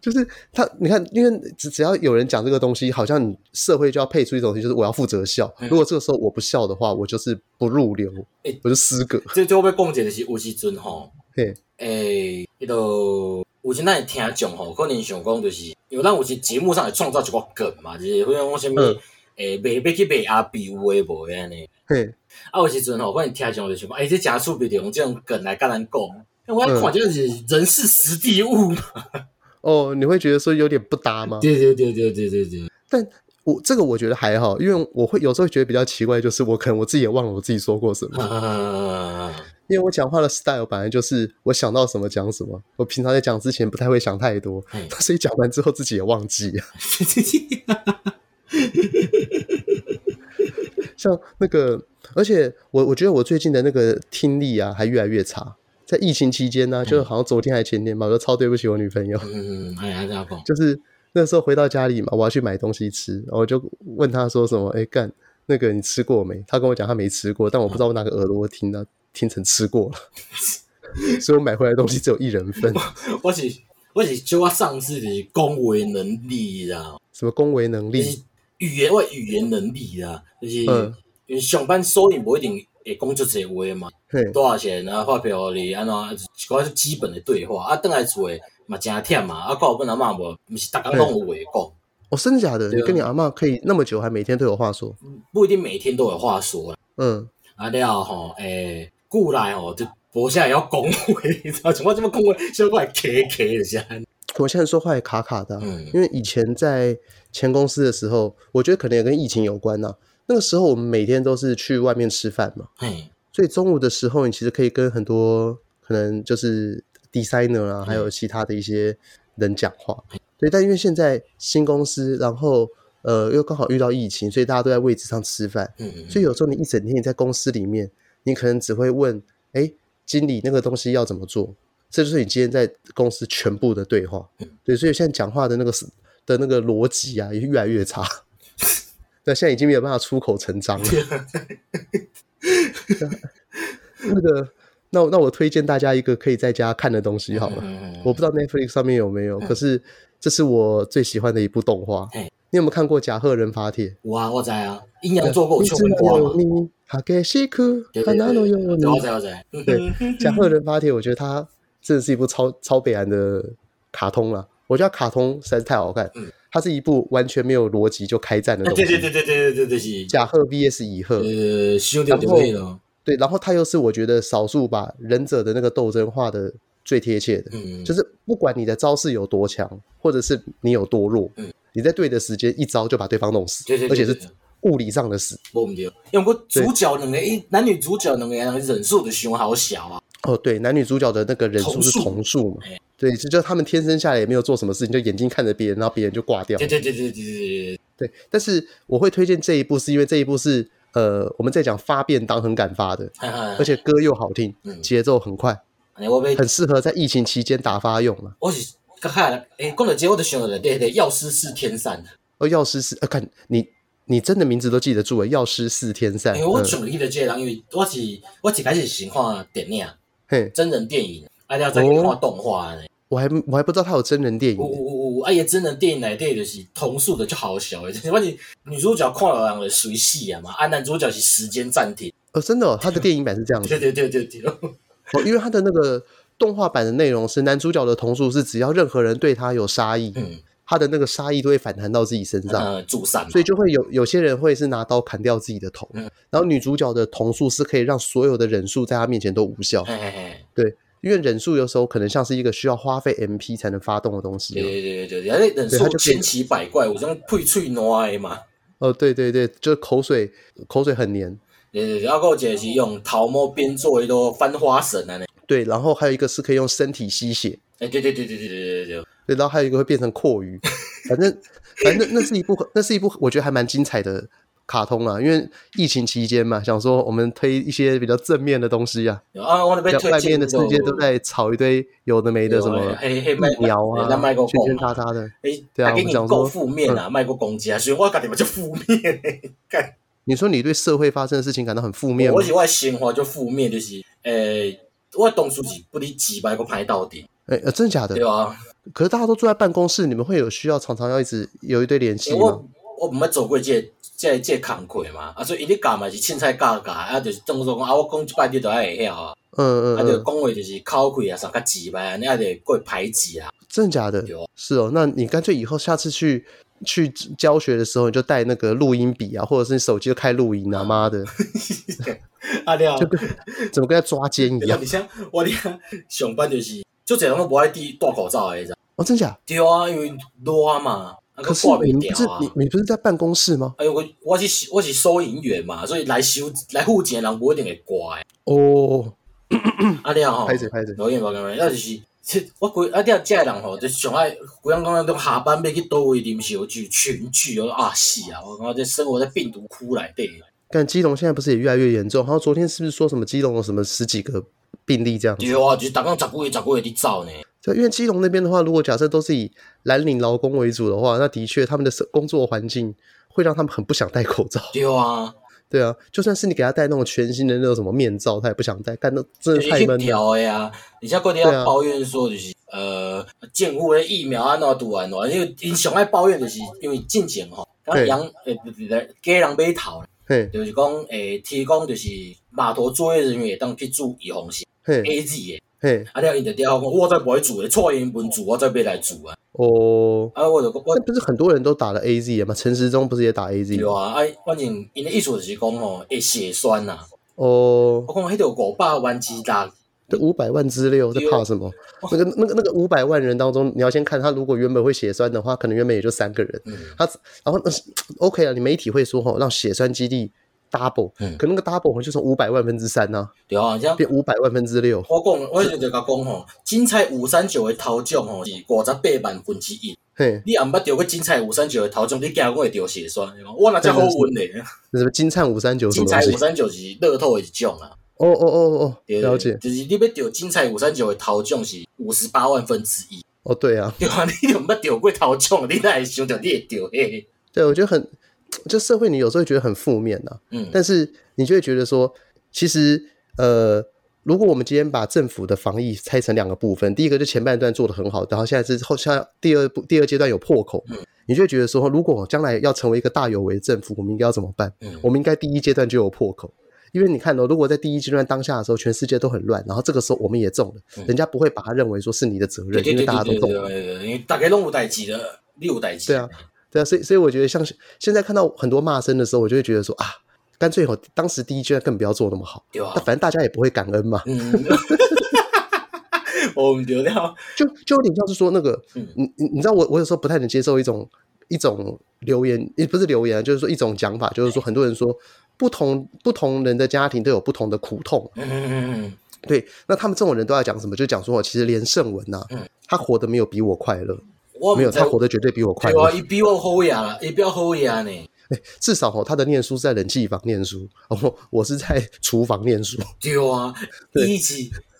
[SPEAKER 1] 就是他，你看，因为只只要有人讲这个东西，好像你社会就要配出一种东西，就是我要负责笑。
[SPEAKER 2] 嗯哎
[SPEAKER 1] 如果这个时候我不笑的话，我就是不入流，
[SPEAKER 2] 诶
[SPEAKER 1] 我就失格。
[SPEAKER 2] 这最后要讲者就是有时阵吼，
[SPEAKER 1] 嘿，
[SPEAKER 2] 诶，迄个有时咱会听众吼，可能想讲就是，因为咱有时节目上会创造一个梗嘛，就是会讲啥
[SPEAKER 1] 嗯
[SPEAKER 2] 物，诶，哎卖要去卖阿比有诶无诶安尼。
[SPEAKER 1] 嘿，
[SPEAKER 2] 啊，有时阵吼，我听上就想讲，哎、欸，这假趣味的用这种梗来甲咱讲，因为我
[SPEAKER 1] 嗯
[SPEAKER 2] 看就是人是实地物嘛。
[SPEAKER 1] 哦，你会觉得说有点不搭吗？
[SPEAKER 2] 对对对对对对 对，
[SPEAKER 1] 但我这个我觉得还好，因为我会有时候觉得比较奇怪，就是我可能我自己也忘了我自己说过什么，
[SPEAKER 2] 啊，
[SPEAKER 1] 因为我讲话的 style 本来就是我想到什么讲什么，我平常在讲之前不太会想太多
[SPEAKER 2] 嘿，
[SPEAKER 1] 所以讲完之后自己也忘记了。像那个，而且我我觉得我最近的那个听力啊，还越来越差。在疫情期间呢、就是好像昨天还前天吧，我就超对不起我女朋友。
[SPEAKER 2] 嗯，哎呀，这样讲，
[SPEAKER 1] 就是那时候回到家里嘛，我要去买东西吃，然后我就问她说什么？哎、干，那个你吃过没？她跟我讲她没吃过，但我不知道我哪个耳朵听到听成吃过了， 所以我买回来的东西只有一人份。
[SPEAKER 2] 我是我是就我上次的恭维能力啦，
[SPEAKER 1] 什么恭维能
[SPEAKER 2] 就是
[SPEAKER 1] 力？
[SPEAKER 2] 语言我的语言能力啦，就是、
[SPEAKER 1] 嗯
[SPEAKER 2] 因为上班收银不一定会讲出这话嘛，
[SPEAKER 1] 嘿，
[SPEAKER 2] 多少钱啊，发票你安怎样，一寡基本的对话啊，等来厝诶嘛真忝嘛，啊，到有本阿嬷无，毋是逐工拢有话讲。
[SPEAKER 1] 哦，真的假的？
[SPEAKER 2] 对啊
[SPEAKER 1] 你跟你阿嬷可以那么久，还每天都有话说？
[SPEAKER 2] 不一定每天都有话说啦
[SPEAKER 1] 嗯，
[SPEAKER 2] 啊了吼，诶、故来吼就无啥会晓讲话，你知道像我这么讲话，小怪客客就是安尼。
[SPEAKER 1] 我现在说话也卡卡的啊、
[SPEAKER 2] 嗯
[SPEAKER 1] 因为以前在前公司的时候，我觉得可能也跟疫情有关呐、那个时候我们每天都是去外面吃饭嘛，
[SPEAKER 2] 嘿，
[SPEAKER 1] 所以中午的时候，你其实可以跟很多可能就是 designer 啊，还有其他的一些人讲话。对，但因为现在新公司，然后呃又刚好遇到疫情，所以大家都在位置上吃饭，
[SPEAKER 2] 嗯嗯，
[SPEAKER 1] 所以有时候你一整天你在公司里面，你可能只会问，哎，经理那个东西要怎么做？这就是你今天在公司全部的对话。对，所以现在讲话的那个思的那个逻辑啊，也越来越差。那现在已经没有办法出口成章了。那个，那我那我推荐大家一个可以在家看的东西好了。
[SPEAKER 2] 嗯嗯
[SPEAKER 1] 我不知道 Netflix 上面有没有，可是这是我最喜欢的一部动画。
[SPEAKER 2] 哎
[SPEAKER 1] 你有没有看过《甲贺忍法帖》？
[SPEAKER 2] 有啊，我知啊，阴阳做过
[SPEAKER 1] 你
[SPEAKER 2] 秋
[SPEAKER 1] 知
[SPEAKER 2] 分
[SPEAKER 1] 道
[SPEAKER 2] 瓜嘛，
[SPEAKER 1] 你哈给西库，
[SPEAKER 2] 对
[SPEAKER 1] 哈
[SPEAKER 2] 对
[SPEAKER 1] 纳
[SPEAKER 2] 对，
[SPEAKER 1] 诺有
[SPEAKER 2] 对我
[SPEAKER 1] 你
[SPEAKER 2] 知。我知，嗯
[SPEAKER 1] 对，《甲贺人发帖》，我觉得它真的是一部超超北韩的卡通了。我觉得它卡通实在是太好看，
[SPEAKER 2] 嗯啊
[SPEAKER 1] 它是一部完全没有逻辑就开战的东西。
[SPEAKER 2] 对对对对对对对是，
[SPEAKER 1] 甲贺 VS 乙贺，
[SPEAKER 2] 呃，修掉就可以了，
[SPEAKER 1] 对，然后它又是我觉得少数把忍者的那个斗争画的最贴切的，
[SPEAKER 2] 嗯，
[SPEAKER 1] 就是是不管你的招式有多强，或者是你有多弱，
[SPEAKER 2] 嗯
[SPEAKER 1] 你在对的时间一招就把对方弄死，
[SPEAKER 2] 对对，
[SPEAKER 1] 而且是物理上的死。
[SPEAKER 2] 无毋对，因为我主角两个伊男女主角两个人忍数就伤好小啊，
[SPEAKER 1] 哦，对，男女主角的那个人数
[SPEAKER 2] 同
[SPEAKER 1] 是
[SPEAKER 2] 数
[SPEAKER 1] 同数嘛
[SPEAKER 2] 哎？
[SPEAKER 1] 对，就就他们天生下来也没有做什么事情，就眼睛看着别人，然后别人就挂掉
[SPEAKER 2] 对。对对对对对，
[SPEAKER 1] 对，但是我会推荐这一部，是因为这一部是呃，我们在讲发便当很敢发的，而
[SPEAKER 2] 而
[SPEAKER 1] 且歌又好听，
[SPEAKER 2] 嗯
[SPEAKER 1] 节奏很快，
[SPEAKER 2] 我要
[SPEAKER 1] 很适合在疫情期间打发用啊了。
[SPEAKER 2] 我是较看，诶，讲到这我就想到了对对，药师是天散，
[SPEAKER 1] 而药师是，呃，看你你真的名字都记得住了，药师四天散，
[SPEAKER 2] 因为哎我
[SPEAKER 1] 嗯
[SPEAKER 2] 想记得这个人，因为我是我一开始是看电影，
[SPEAKER 1] 嘿，
[SPEAKER 2] 真人电影，啊了再去看动画呢。
[SPEAKER 1] 我还我还不知道他有真人电影
[SPEAKER 2] 有有
[SPEAKER 1] 呢，
[SPEAKER 2] 有有，啊伊真人电影内底就是同数的就 好笑诶，就是我是女主角看了人就随戏啊嘛，啊男主角是时间暂停，
[SPEAKER 1] 哦，真的哦，他的电影版是这样子
[SPEAKER 2] 对，啊对对对对，
[SPEAKER 1] 哦，因为他的那个动画版的内容是男主角的同宿是只要任何人对他有杀意，
[SPEAKER 2] 嗯，
[SPEAKER 1] 他的那个杀意都会反弹到自己身上，
[SPEAKER 2] 呃助散嘛
[SPEAKER 1] 啊所，以就会有有些人会是拿刀砍掉自己的头
[SPEAKER 2] 嗯，
[SPEAKER 1] 然后女主角的同宿是可以让所有的忍术在她面前都无效，
[SPEAKER 2] 嘿嘿嘿，
[SPEAKER 1] 因为忍术有时候可能像是一个需要花费 MP 才能发动的东西哦
[SPEAKER 2] 对
[SPEAKER 1] 嘛。
[SPEAKER 2] 对对对对，啊你忍术千奇百怪，有种配喙烂诶嘛，
[SPEAKER 1] 哦，对对对，就是口水口水很黏。
[SPEAKER 2] 对对对，啊还有一个是用头毛编做迄个翻花绳安尼，
[SPEAKER 1] 对，然后还有一个是可以用身体吸血，
[SPEAKER 2] 诶对对对对对对对对，
[SPEAKER 1] 对，然后还有一个会变成阔鱼，反正反正那是一部那是一部我觉得还蛮精彩的卡通啊，因为疫情期间嘛，想说我们推一些比较正面的东西啊，
[SPEAKER 2] 对啊我那边
[SPEAKER 1] 像
[SPEAKER 2] 推
[SPEAKER 1] 外
[SPEAKER 2] 荐
[SPEAKER 1] 面的世界都在炒一堆有的没的
[SPEAKER 2] 啊
[SPEAKER 1] 什么
[SPEAKER 2] 黑黑
[SPEAKER 1] 疫苗啊
[SPEAKER 2] 咱卖，个
[SPEAKER 1] 圈圈
[SPEAKER 2] 讲
[SPEAKER 1] 叉
[SPEAKER 2] 嘛，
[SPEAKER 1] 叉的，
[SPEAKER 2] 诶，
[SPEAKER 1] 对啊
[SPEAKER 2] 大家
[SPEAKER 1] 我们
[SPEAKER 2] 你
[SPEAKER 1] 讲
[SPEAKER 2] 够
[SPEAKER 1] 说嗯
[SPEAKER 2] 负面啊，卖个攻击啊，所以我家己嘛就负面诶。
[SPEAKER 1] 你说你对社会发生的事情感到很负面吗
[SPEAKER 2] 我？是我的生活就负面，就是诶、我的同事是不离几百个排到底，
[SPEAKER 1] 哎、呃真的假的
[SPEAKER 2] 对？啊，
[SPEAKER 1] 可是大家都坐在办公室，你们会有需要常常要一直有一堆联系
[SPEAKER 2] 因为
[SPEAKER 1] 吗
[SPEAKER 2] 哎我？我毋捌做过这个这个这个工课嘛，啊，所以伊咧教嘛是凊彩教教，啊，就是当作讲啊，我讲一摆你都爱会晓啊，
[SPEAKER 1] 嗯嗯
[SPEAKER 2] 啊，就
[SPEAKER 1] 嗯，
[SPEAKER 2] 讲话就是口气啊，啥较几百，安尼啊，就会过排挤啊，
[SPEAKER 1] 真的假的
[SPEAKER 2] 有？
[SPEAKER 1] 是哦，那你干脆以后下次去去教学的时候，你就带那个录音笔啊，或者是你手机就开录音啊，妈的，
[SPEAKER 2] 啊了
[SPEAKER 1] 就，跟怎么跟在抓奸一
[SPEAKER 2] 对啊
[SPEAKER 1] 样
[SPEAKER 2] 而？且我咧上班就是，就侪人都无爱戴戴口罩诶，
[SPEAKER 1] 哦，真假？
[SPEAKER 2] 对啊，因为热嘛，啊，
[SPEAKER 1] 可
[SPEAKER 2] 个
[SPEAKER 1] 是
[SPEAKER 2] 挂
[SPEAKER 1] 你
[SPEAKER 2] 袂
[SPEAKER 1] 们不是
[SPEAKER 2] 掉啊。
[SPEAKER 1] 你你不是在办公室吗？
[SPEAKER 2] 哎呦，我我是我是收银员嘛，所以来收来付钱的人不一定会挂的。
[SPEAKER 1] 哦，
[SPEAKER 2] 啊了吼，
[SPEAKER 1] 拍子拍子，
[SPEAKER 2] 导演无讲，啊就是，切我规啊了这个人吼，就上爱规工讲都下班要去倒位啉烧酒群聚，我说啊死啊！我感觉这生活在病毒窟内底。
[SPEAKER 1] 但基隆现在不是也越来越严重？好像昨天是不是说什么基隆有什么十几个病例这样子？
[SPEAKER 2] 对啊，就是逐工十几个十几个伫走呢。
[SPEAKER 1] 对，因为基隆那边的话，如果假设都是以蓝领劳工为主的话，那的确他们的生工作环境会让他们很不想戴口罩。
[SPEAKER 2] 对啊，
[SPEAKER 1] 对啊，就算是你给他戴那种全新的那种什么面罩，他也不想戴，干那真
[SPEAKER 2] 就
[SPEAKER 1] 的
[SPEAKER 2] 是
[SPEAKER 1] 太
[SPEAKER 2] 去
[SPEAKER 1] 闷了。
[SPEAKER 2] 调的啊。而且各地
[SPEAKER 1] 对啊
[SPEAKER 2] 要抱怨说就是。呃，政府的疫苗安啊怎拄安怎，因为因上爱抱怨就是因为进前吼，
[SPEAKER 1] 对
[SPEAKER 2] 刚养诶，不是来家人买头
[SPEAKER 1] 嘿，
[SPEAKER 2] 就是讲，诶、提供就是码头作业人员会当去做预防性
[SPEAKER 1] 嘿，
[SPEAKER 2] A Z 的，
[SPEAKER 1] 嘿，
[SPEAKER 2] 啊，了因就调讲，我再不会做的，错英文做，我再要来做啊，
[SPEAKER 1] 哦，
[SPEAKER 2] 啊，我就我
[SPEAKER 1] 那不是很多人都打了 A Z 了吗？陈时中不是也打 A Z？
[SPEAKER 2] 对啊，啊，反正因的意思就是讲吼，会血栓呐、啊，
[SPEAKER 1] 哦，
[SPEAKER 2] 我讲迄条五百万之大，
[SPEAKER 1] 这五百万之六在
[SPEAKER 2] 啊
[SPEAKER 1] 怕什么？那个、那个、那个五百万人当中，你要先看他，如果原本会血栓的话，可能原本也就三个人。
[SPEAKER 2] 嗯，
[SPEAKER 1] 他然后那是 OK 啊，你媒体会说吼，让血栓基地 double，、
[SPEAKER 2] 嗯
[SPEAKER 1] 可那个 double 就从五百万分之三呢、
[SPEAKER 2] 对啊，像
[SPEAKER 1] 变五百万分之六。
[SPEAKER 2] 我讲，我就就甲讲吼，凊彩五三九的头奖吼是五十八万分之一，
[SPEAKER 1] 嘿，
[SPEAKER 2] 你也毋捌着过凊彩五三九的头奖，你惊我会着血栓？我若遮好 运咧，
[SPEAKER 1] 那什么金灿五三九什
[SPEAKER 2] 凊
[SPEAKER 1] 么
[SPEAKER 2] 彩
[SPEAKER 1] 东西
[SPEAKER 2] 五？三九是乐透的一种啊。
[SPEAKER 1] 哦哦哦哦，
[SPEAKER 2] 对
[SPEAKER 1] 了解。
[SPEAKER 2] 就是你要钓金彩五三九的头奖是五十八万分之一，
[SPEAKER 1] 哦，对啊，
[SPEAKER 2] 对啊，你有捌钓过头奖，你哪会想到你会钓嘿？
[SPEAKER 1] 对，我觉得很，就社会你有时候会觉得很负面啊呐、
[SPEAKER 2] 嗯，
[SPEAKER 1] 但是你就会觉得说，其实呃，如果我们今天把政府的防疫拆成两个部分，第一个就前半段做的很好，然后现在是后下第二步第二阶段有破口，
[SPEAKER 2] 嗯
[SPEAKER 1] 你就会觉得说，如果将来要成为一个大有为政府，我们应该要怎么办？
[SPEAKER 2] 嗯
[SPEAKER 1] 我们应该第一阶段就有破口。因为你看哦，如果在第一阶段当下的时候，全世界都很乱，然后这个时候我们也中了，
[SPEAKER 2] 嗯
[SPEAKER 1] 人家不会把它认为说是你的责
[SPEAKER 2] 对
[SPEAKER 1] 任，
[SPEAKER 2] 对
[SPEAKER 1] 因为
[SPEAKER 2] 对
[SPEAKER 1] 大家
[SPEAKER 2] 对
[SPEAKER 1] 都
[SPEAKER 2] 对
[SPEAKER 1] 中
[SPEAKER 2] 对
[SPEAKER 1] 了。
[SPEAKER 2] 对，因为大家拢有代志的，你有代志，
[SPEAKER 1] 对啊，对啊，所以所以我觉得像现在看到很多骂声的时候，我就会觉得说啊，干脆吼当时第一阶段更不要做那么好，
[SPEAKER 2] 对啊
[SPEAKER 1] 那，反正大家也不会感恩嘛，
[SPEAKER 2] 嗯， 我们对了，
[SPEAKER 1] 就就有点像是说那个，
[SPEAKER 2] 嗯
[SPEAKER 1] 你你你知道我我有时候不太能接受一种一种留言，也不是留言啊，就是说一种讲法，就是说很多人说不同不同人的家庭都有不同的苦痛，
[SPEAKER 2] 嗯嗯
[SPEAKER 1] 对，那他们这种人都要讲什么？就讲说哦我其实连胜文呐、啊
[SPEAKER 2] 嗯哦
[SPEAKER 1] 他活得没有比我快乐，
[SPEAKER 2] 我
[SPEAKER 1] 没有他活
[SPEAKER 2] 得
[SPEAKER 1] 得绝对比我快
[SPEAKER 2] 对啊，
[SPEAKER 1] 乐，
[SPEAKER 2] 啊伊比我好呀，伊比我好呀呢，
[SPEAKER 1] 至少哦，他的念书是在冷气房念书，哦，我是在厨房念书。
[SPEAKER 2] 对啊，
[SPEAKER 1] 对
[SPEAKER 2] 伊是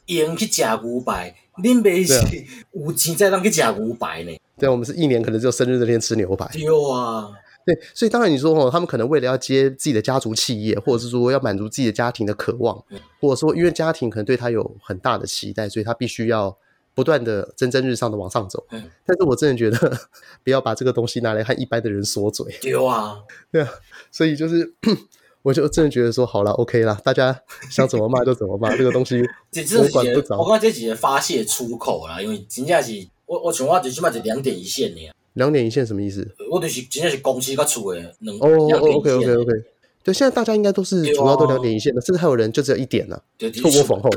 [SPEAKER 2] 用去食牛排，恁爸是
[SPEAKER 1] 啊
[SPEAKER 2] 有钱才当去食牛排呢。
[SPEAKER 1] 对，我们是一年可能只有生日那天吃牛排。
[SPEAKER 2] 对啊，
[SPEAKER 1] 对，所以当然你说哦，他们可能为了要接自己的家族企业，或者是说要满足自己的家庭的渴望
[SPEAKER 2] 嗯，
[SPEAKER 1] 或者说因为家庭可能对他有很大的期待，所以他必须要不断的蒸蒸日上的往上走
[SPEAKER 2] 嗯。
[SPEAKER 1] 但是我真的觉得 不要把这个东西拿来和一般的人说嘴，
[SPEAKER 2] 对啊，
[SPEAKER 1] 对啊，所以就是 我就真的觉得说好了，OK 啦，大家想怎么骂就怎么骂，这个东西
[SPEAKER 2] 这这
[SPEAKER 1] 我管
[SPEAKER 2] 是
[SPEAKER 1] 不
[SPEAKER 2] 一个，
[SPEAKER 1] 着
[SPEAKER 2] 我感觉这是一个发泄出口啦，因为真正是我我像我最起码就两点一线呢，
[SPEAKER 1] 两点一线什么意思？
[SPEAKER 2] 我就是真正是公司甲厝的两
[SPEAKER 1] 哦哦
[SPEAKER 2] 两点一
[SPEAKER 1] ，OK
[SPEAKER 2] 线
[SPEAKER 1] OK
[SPEAKER 2] 的，
[SPEAKER 1] OK，对，现在大家应该都是
[SPEAKER 2] 对啊
[SPEAKER 1] 主要都两点一线的，甚至还有人就只有一点呢，
[SPEAKER 2] 对，
[SPEAKER 1] 就我
[SPEAKER 2] 就是
[SPEAKER 1] 缝后。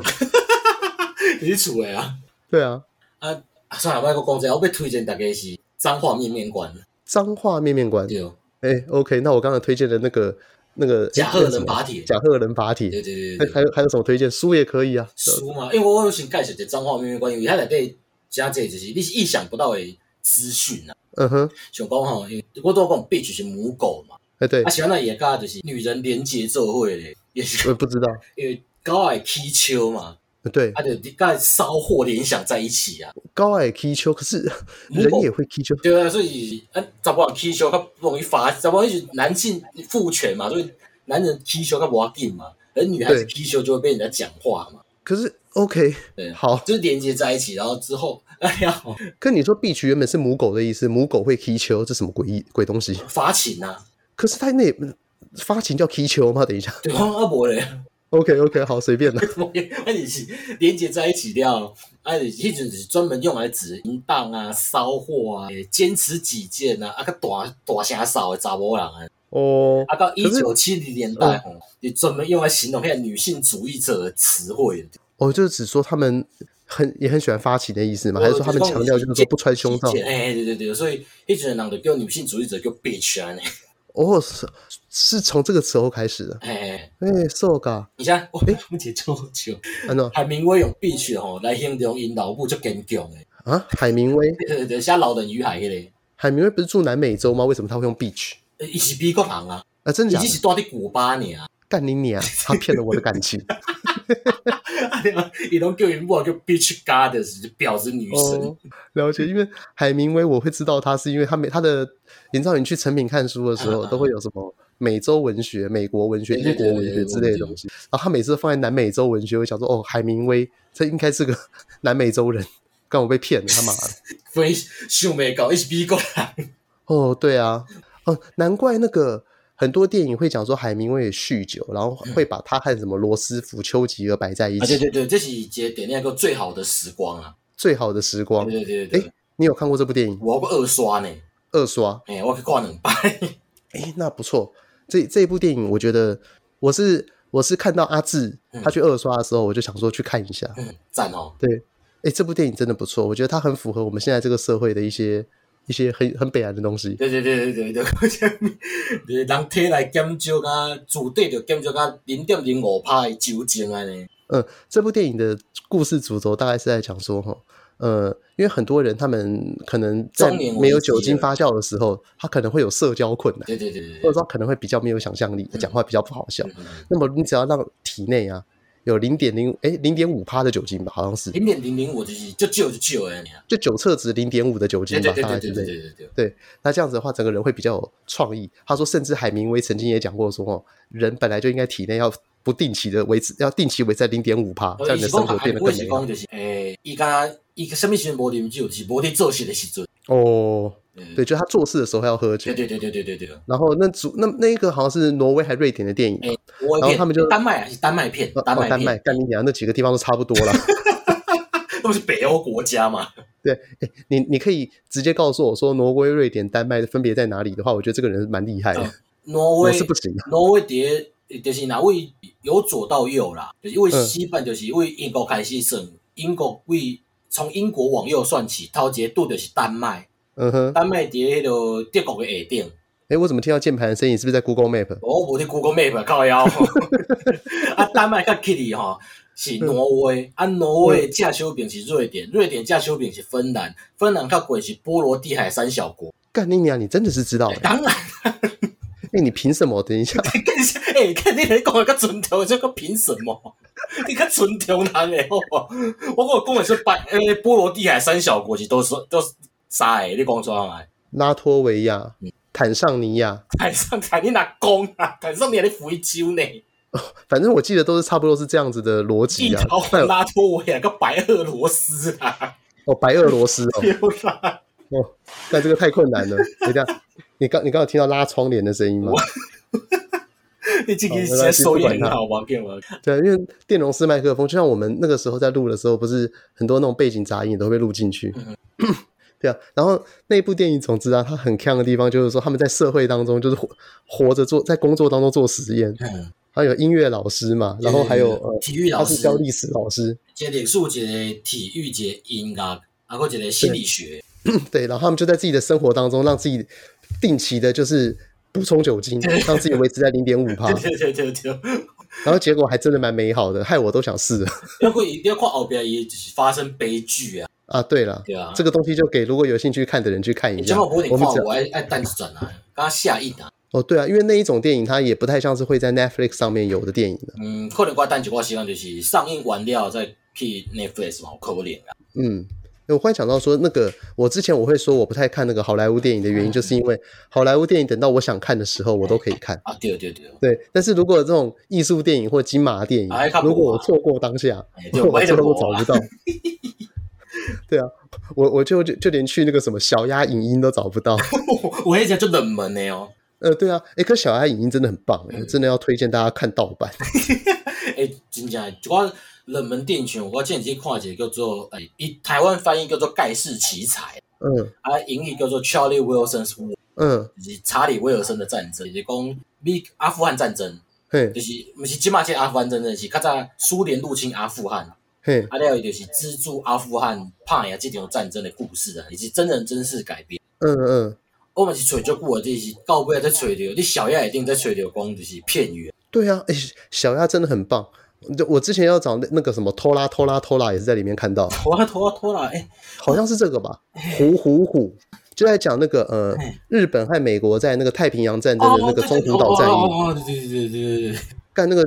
[SPEAKER 2] 你厝的啊。
[SPEAKER 1] 对啊，
[SPEAKER 2] 啊，算了，我讲这个，我要推荐大家是彰化面面馆，
[SPEAKER 1] 彰化面面馆。
[SPEAKER 2] 对，哦
[SPEAKER 1] 哎、o k 那我刚才推荐的那个那个
[SPEAKER 2] 甲贺人拔铁，
[SPEAKER 1] 甲贺人法体，
[SPEAKER 2] 对对对
[SPEAKER 1] 还
[SPEAKER 2] 对，
[SPEAKER 1] 还有还有什么推荐？书也可以啊。
[SPEAKER 2] 书嘛，因为我有先介绍一个彰化面面馆，因为它内底加这就是你是意想不到的资讯啊。
[SPEAKER 1] 嗯哼，
[SPEAKER 2] 像讲吼，因为我都讲 bitch 是母狗嘛，
[SPEAKER 1] 哎、对
[SPEAKER 2] 啊，，喜欢那也甲就是女人连结做伙咧，也是
[SPEAKER 1] 我也不知道，
[SPEAKER 2] 因为高矮起丘嘛，
[SPEAKER 1] 对，
[SPEAKER 2] 啊，就甲骚货联想在一起啊。
[SPEAKER 1] 高矮踢球，可是
[SPEAKER 2] 如
[SPEAKER 1] 人
[SPEAKER 2] 果
[SPEAKER 1] 也会踢球。
[SPEAKER 2] 对啊，所以啊，查甫人起球较不容易发，查甫人是男性父权嘛，所以男人起球较无要紧嘛，而女孩子
[SPEAKER 1] 对
[SPEAKER 2] 起球就会被人家讲话嘛，
[SPEAKER 1] 可是 OK，
[SPEAKER 2] 对啊，
[SPEAKER 1] 好，
[SPEAKER 2] 就是连接在一起，然后之后哎呀，
[SPEAKER 1] 跟你说碧渠原本是母狗的意思，母狗会踢球，这什么鬼意鬼东西？
[SPEAKER 2] 发情啊，
[SPEAKER 1] 可是它那发情叫踢球吗？等一下
[SPEAKER 2] 对啊方阿伯嘞，
[SPEAKER 1] ，OK OK，好，随便啦。
[SPEAKER 2] 那你是连接在一起了，啊，你迄阵是专门用来指淫荡啊、骚货啊、坚持己见啊，啊个大大声骚的查某人啊，
[SPEAKER 1] 哦，
[SPEAKER 2] 啊到一
[SPEAKER 1] 可是嗯
[SPEAKER 2] 九七零年代吼，你专门用来形容那个女性主义者的词汇。
[SPEAKER 1] 哦，就是只说他们很也很喜欢发情的意思嘛，还是说他们强调就是说不穿胸 罩？
[SPEAKER 2] 哎、对对对，所以迄阵人就叫女性主义者叫 bitch 啊，
[SPEAKER 1] 哦，是是从这个时候开始的。
[SPEAKER 2] 哎、欸，
[SPEAKER 1] 哎、瘦噶，
[SPEAKER 2] 你看，我目前就就
[SPEAKER 1] 安诺
[SPEAKER 2] 海明威用 bitch 吼来形容因老母足坚强诶，
[SPEAKER 1] 啊，海明威，
[SPEAKER 2] 对对对，写老人与海迄、那
[SPEAKER 1] 海明威不是住南美洲吗？为什么他会用 beach
[SPEAKER 2] 个，伊是美国人啊，
[SPEAKER 1] 啊？真
[SPEAKER 2] 伊
[SPEAKER 1] 假
[SPEAKER 2] 只
[SPEAKER 1] 的？
[SPEAKER 2] 是住伫古巴 尔，
[SPEAKER 1] 干你娘！他骗了我的感 情。
[SPEAKER 2] 伊拢叫因某叫 bitch goddess，就婊子女神，
[SPEAKER 1] 哦，了解。因为海明威，我会知道他是因为他每他的，你知道你去成品看书的时候，
[SPEAKER 2] 嗯嗯
[SPEAKER 1] 都会有什么美洲文学、美国文学、
[SPEAKER 2] 对对
[SPEAKER 1] 英国文
[SPEAKER 2] 对对
[SPEAKER 1] 学
[SPEAKER 2] 对
[SPEAKER 1] 之类的东西。然后他每次放在南美洲文学，我想说，哦，海明威，这应该是个 南美洲人。刚我被骗了，他妈的！
[SPEAKER 2] 非想袂到伊是美国人，
[SPEAKER 1] 哦，对啊，哦，难怪那个很多电影会讲说海明威也酗酒，然后会把他和什么罗斯福、丘吉尔摆在一
[SPEAKER 2] 啊对
[SPEAKER 1] 起。
[SPEAKER 2] 对对，这是一个电影叫《最好的时光》啊，
[SPEAKER 1] 最好的时光，
[SPEAKER 2] 对对对对，
[SPEAKER 1] 哎你有看过这部电影？
[SPEAKER 2] 我还过二刷呢，
[SPEAKER 1] 二刷，
[SPEAKER 2] 哎、我去看两摆，
[SPEAKER 1] 哎，那不错。这这一部电影，我觉得我是我是看到阿志
[SPEAKER 2] 嗯
[SPEAKER 1] 他去二刷的时候，我就想说去看一下。
[SPEAKER 2] 嗯，赞哦。
[SPEAKER 1] 哎，这部电影真的不错，我觉得它很符合我们现在这个社会的一些一些很很北然的东西。
[SPEAKER 2] 对对对对对对，我啥物？就是 人体内减少甲自底就减少甲零点零五帕的酒精啊安尼。
[SPEAKER 1] 嗯，这部电影的故事主轴大概是在讲说哈，呃，因为很多人他们可能在
[SPEAKER 2] 中年危机
[SPEAKER 1] 没有酒精
[SPEAKER 2] 了
[SPEAKER 1] 发酵的时候，他可能会有社交困难，
[SPEAKER 2] 对对对对
[SPEAKER 1] 或者
[SPEAKER 2] 对，
[SPEAKER 1] 说可能会比较没有想象力，
[SPEAKER 2] 嗯
[SPEAKER 1] 讲话比较不好笑
[SPEAKER 2] 嗯。嗯
[SPEAKER 1] 那么你只要让体内啊有零点零哎零点五趴的酒精吧，好像是
[SPEAKER 2] 零点零零五就是就少就少的安尼。
[SPEAKER 1] 就酒测值零点五的酒精
[SPEAKER 2] 对
[SPEAKER 1] 吧，
[SPEAKER 2] 对对
[SPEAKER 1] 大概
[SPEAKER 2] 对
[SPEAKER 1] 是
[SPEAKER 2] 对
[SPEAKER 1] 这
[SPEAKER 2] 对
[SPEAKER 1] 样。
[SPEAKER 2] 对对
[SPEAKER 1] 那这样子的话，整个人会比较有创意。他说，甚至海明威曾经也讲过说，哦，人本来就应该体内要不定期的维持，要定期维在零点五趴，这
[SPEAKER 2] 对。
[SPEAKER 1] 样你
[SPEAKER 2] 伊
[SPEAKER 1] 的
[SPEAKER 2] 是
[SPEAKER 1] 生
[SPEAKER 2] 讲
[SPEAKER 1] 活
[SPEAKER 2] 海
[SPEAKER 1] 变得更
[SPEAKER 2] 明威是
[SPEAKER 1] 美好
[SPEAKER 2] 讲。就是诶，伊甲伊啥物时阵无啉酒，就是无伫做事的时阵。
[SPEAKER 1] 哦，
[SPEAKER 2] 嗯
[SPEAKER 1] 对，啊就他做事的时候要喝酒
[SPEAKER 2] 对。对对对对对对。
[SPEAKER 1] 然后那主那那一个好像是挪威还瑞典的电影，
[SPEAKER 2] 哎我
[SPEAKER 1] 然
[SPEAKER 2] 的
[SPEAKER 1] 后
[SPEAKER 2] 片
[SPEAKER 1] 他们就
[SPEAKER 2] 丹麦啊，是丹麦片，
[SPEAKER 1] 哦
[SPEAKER 2] 丹
[SPEAKER 1] 哦
[SPEAKER 2] 麦
[SPEAKER 1] 丹麦、
[SPEAKER 2] 片
[SPEAKER 1] 干你娘，那几个地方都差不多 啦。
[SPEAKER 2] 都是北欧国家嘛。
[SPEAKER 1] 你你可以直接告诉我说挪威、瑞典、丹麦分别在哪里的话，我觉得这个人蛮厉害的
[SPEAKER 2] 嗯。挪
[SPEAKER 1] 我
[SPEAKER 2] 威
[SPEAKER 1] 是不行的。啊
[SPEAKER 2] 挪威伫就是若位由左到右啦，就是因为西半就是为英国开始算，英国为从英国往右算起，头一个拄就是丹麦，
[SPEAKER 1] 嗯哼，
[SPEAKER 2] 丹麦伫迄个德国的下顶，
[SPEAKER 1] 哎，我怎么听到键盘的声音？是不是在 Google Map？
[SPEAKER 2] 我无伫 Google Map 靠腰，啊丹麦较起哩吼。是挪
[SPEAKER 1] 嗯
[SPEAKER 2] 威，啊，挪威的正手柄是瑞典，瑞典正手柄是芬兰，芬兰较贵是波罗的海三小国。
[SPEAKER 1] 干你娘，你真的是知道
[SPEAKER 2] 哎
[SPEAKER 1] 欸。
[SPEAKER 2] 当然，
[SPEAKER 1] 哎、你凭什么？等一下，
[SPEAKER 2] 跟你说， 哎、看你来讲个尊重，这个凭什么？ 你个尊重人诶，好不好？我跟我讲的是白，诶、波罗的海三小国是都是都是啥诶？你讲出来，
[SPEAKER 1] 拉脱维亚、
[SPEAKER 2] 嗯
[SPEAKER 1] 坦尚尼亚，
[SPEAKER 2] 台上台你哪讲啊？台上你还在非洲呢？
[SPEAKER 1] 反正我记得都是差不多是这样子的逻
[SPEAKER 2] 一
[SPEAKER 1] 辑啊。
[SPEAKER 2] 头
[SPEAKER 1] 那有
[SPEAKER 2] 拉脱维亚个白俄罗斯啊！
[SPEAKER 1] 哦，白俄罗斯 哦，
[SPEAKER 2] 丢啦！
[SPEAKER 1] 哦，但这个太困难了。等一下，你刚你刚有听到拉窗帘的声音吗？
[SPEAKER 2] 你这个直接收音很好吧？给我
[SPEAKER 1] 对，因为电容式麦克风，就像我们那个时候在录的时候，不是很多那种背景杂音也都会被录进去。
[SPEAKER 2] 嗯
[SPEAKER 1] 对啊，然后那部电影，总之啊，它很强的地方就是说，他们在社会当中就是活活着做，在工作当中做实验。
[SPEAKER 2] 嗯，
[SPEAKER 1] 还有音乐老师嘛，然后还有呃，
[SPEAKER 2] 体育
[SPEAKER 1] 他
[SPEAKER 2] 老
[SPEAKER 1] 是
[SPEAKER 2] 师
[SPEAKER 1] 教，历史老师，
[SPEAKER 2] 一个历史，一个体育，一个音乐，啊，搁一个心理学。
[SPEAKER 1] 对，然后他们就在自己的生活当中，让自己定期的就是补充酒精，让自己维持在零点五 帕，
[SPEAKER 2] 对对对对。
[SPEAKER 1] 然后结果还真的蛮美好的，害我都想试了。
[SPEAKER 2] 要过一定要看后边伊就是发生悲剧啊！
[SPEAKER 1] 啊，对了，
[SPEAKER 2] 对啊
[SPEAKER 1] 这个东西就给如果有兴趣看的人去看一
[SPEAKER 2] 你
[SPEAKER 1] 下。
[SPEAKER 2] 最好不会你
[SPEAKER 1] 我们
[SPEAKER 2] 看
[SPEAKER 1] 只
[SPEAKER 2] 我爱爱蛋子转啊，刚下一啊，
[SPEAKER 1] 哦，对啊，因为那一种电影它也不太像是会在 Netflix 上面有的电影的。
[SPEAKER 2] 嗯，可能我蛋子我希望就是上映完了再去 Netflix 嘛，有可能啊。
[SPEAKER 1] 嗯，我忽然想到说，那个我之前我会说我不太看那个好莱坞电影的原因，就是因为好莱坞电影等到我想看的时候，我都可以看。
[SPEAKER 2] 啊，对对对，
[SPEAKER 1] 对，但是如果这种艺术电影或金马电影
[SPEAKER 2] 哎看，不
[SPEAKER 1] 如果我
[SPEAKER 2] 完
[SPEAKER 1] 错过当下，
[SPEAKER 2] 哎 对
[SPEAKER 1] 我
[SPEAKER 2] 我也
[SPEAKER 1] 最后
[SPEAKER 2] 懂
[SPEAKER 1] 都
[SPEAKER 2] 啊
[SPEAKER 1] 找不到。对啊，我我就就就连去那个什么小鸭影音都找不到。
[SPEAKER 2] 我迄只就冷门的哦。
[SPEAKER 1] 呃，对啊，哎，可小鸭影音真的很棒，哎
[SPEAKER 2] 嗯
[SPEAKER 1] 真的要推荐大家看盗版。
[SPEAKER 2] 诶、真正一寡冷门电影像我之前去看一个叫做诶，伊、台湾翻译叫做《盖世奇才》，
[SPEAKER 1] 嗯
[SPEAKER 2] 啊，英语叫做 Charlie Wilson's War，
[SPEAKER 1] 嗯，
[SPEAKER 2] 就是查理威尔森的战争，就是讲美阿富汗战争，
[SPEAKER 1] 嘿
[SPEAKER 2] 就是毋是即马即阿富汗战争，是较早苏联入侵阿富汗。
[SPEAKER 1] 嘿，
[SPEAKER 2] 啊，了伊就是资助阿富汗帕亚这场战争的故事啊，以及真人真事改编。
[SPEAKER 1] 嗯嗯，
[SPEAKER 2] 我嘛是揣足久的，就是到尾才揣着，你小亚一定才揣着讲就是片语。
[SPEAKER 1] 对啊，哎，小鸭真的很棒。就我之前要找那那个什么拖拉拖拉拖拉，也是在里面看到，
[SPEAKER 2] 拖啊拖啊拖啦，哎、
[SPEAKER 1] 好像是这个 吧？虎虎虎，就在讲那个呃，日本和美国在那个太平洋战争的那个中途岛战役。
[SPEAKER 2] 哦，对对对对对对，
[SPEAKER 1] 干那个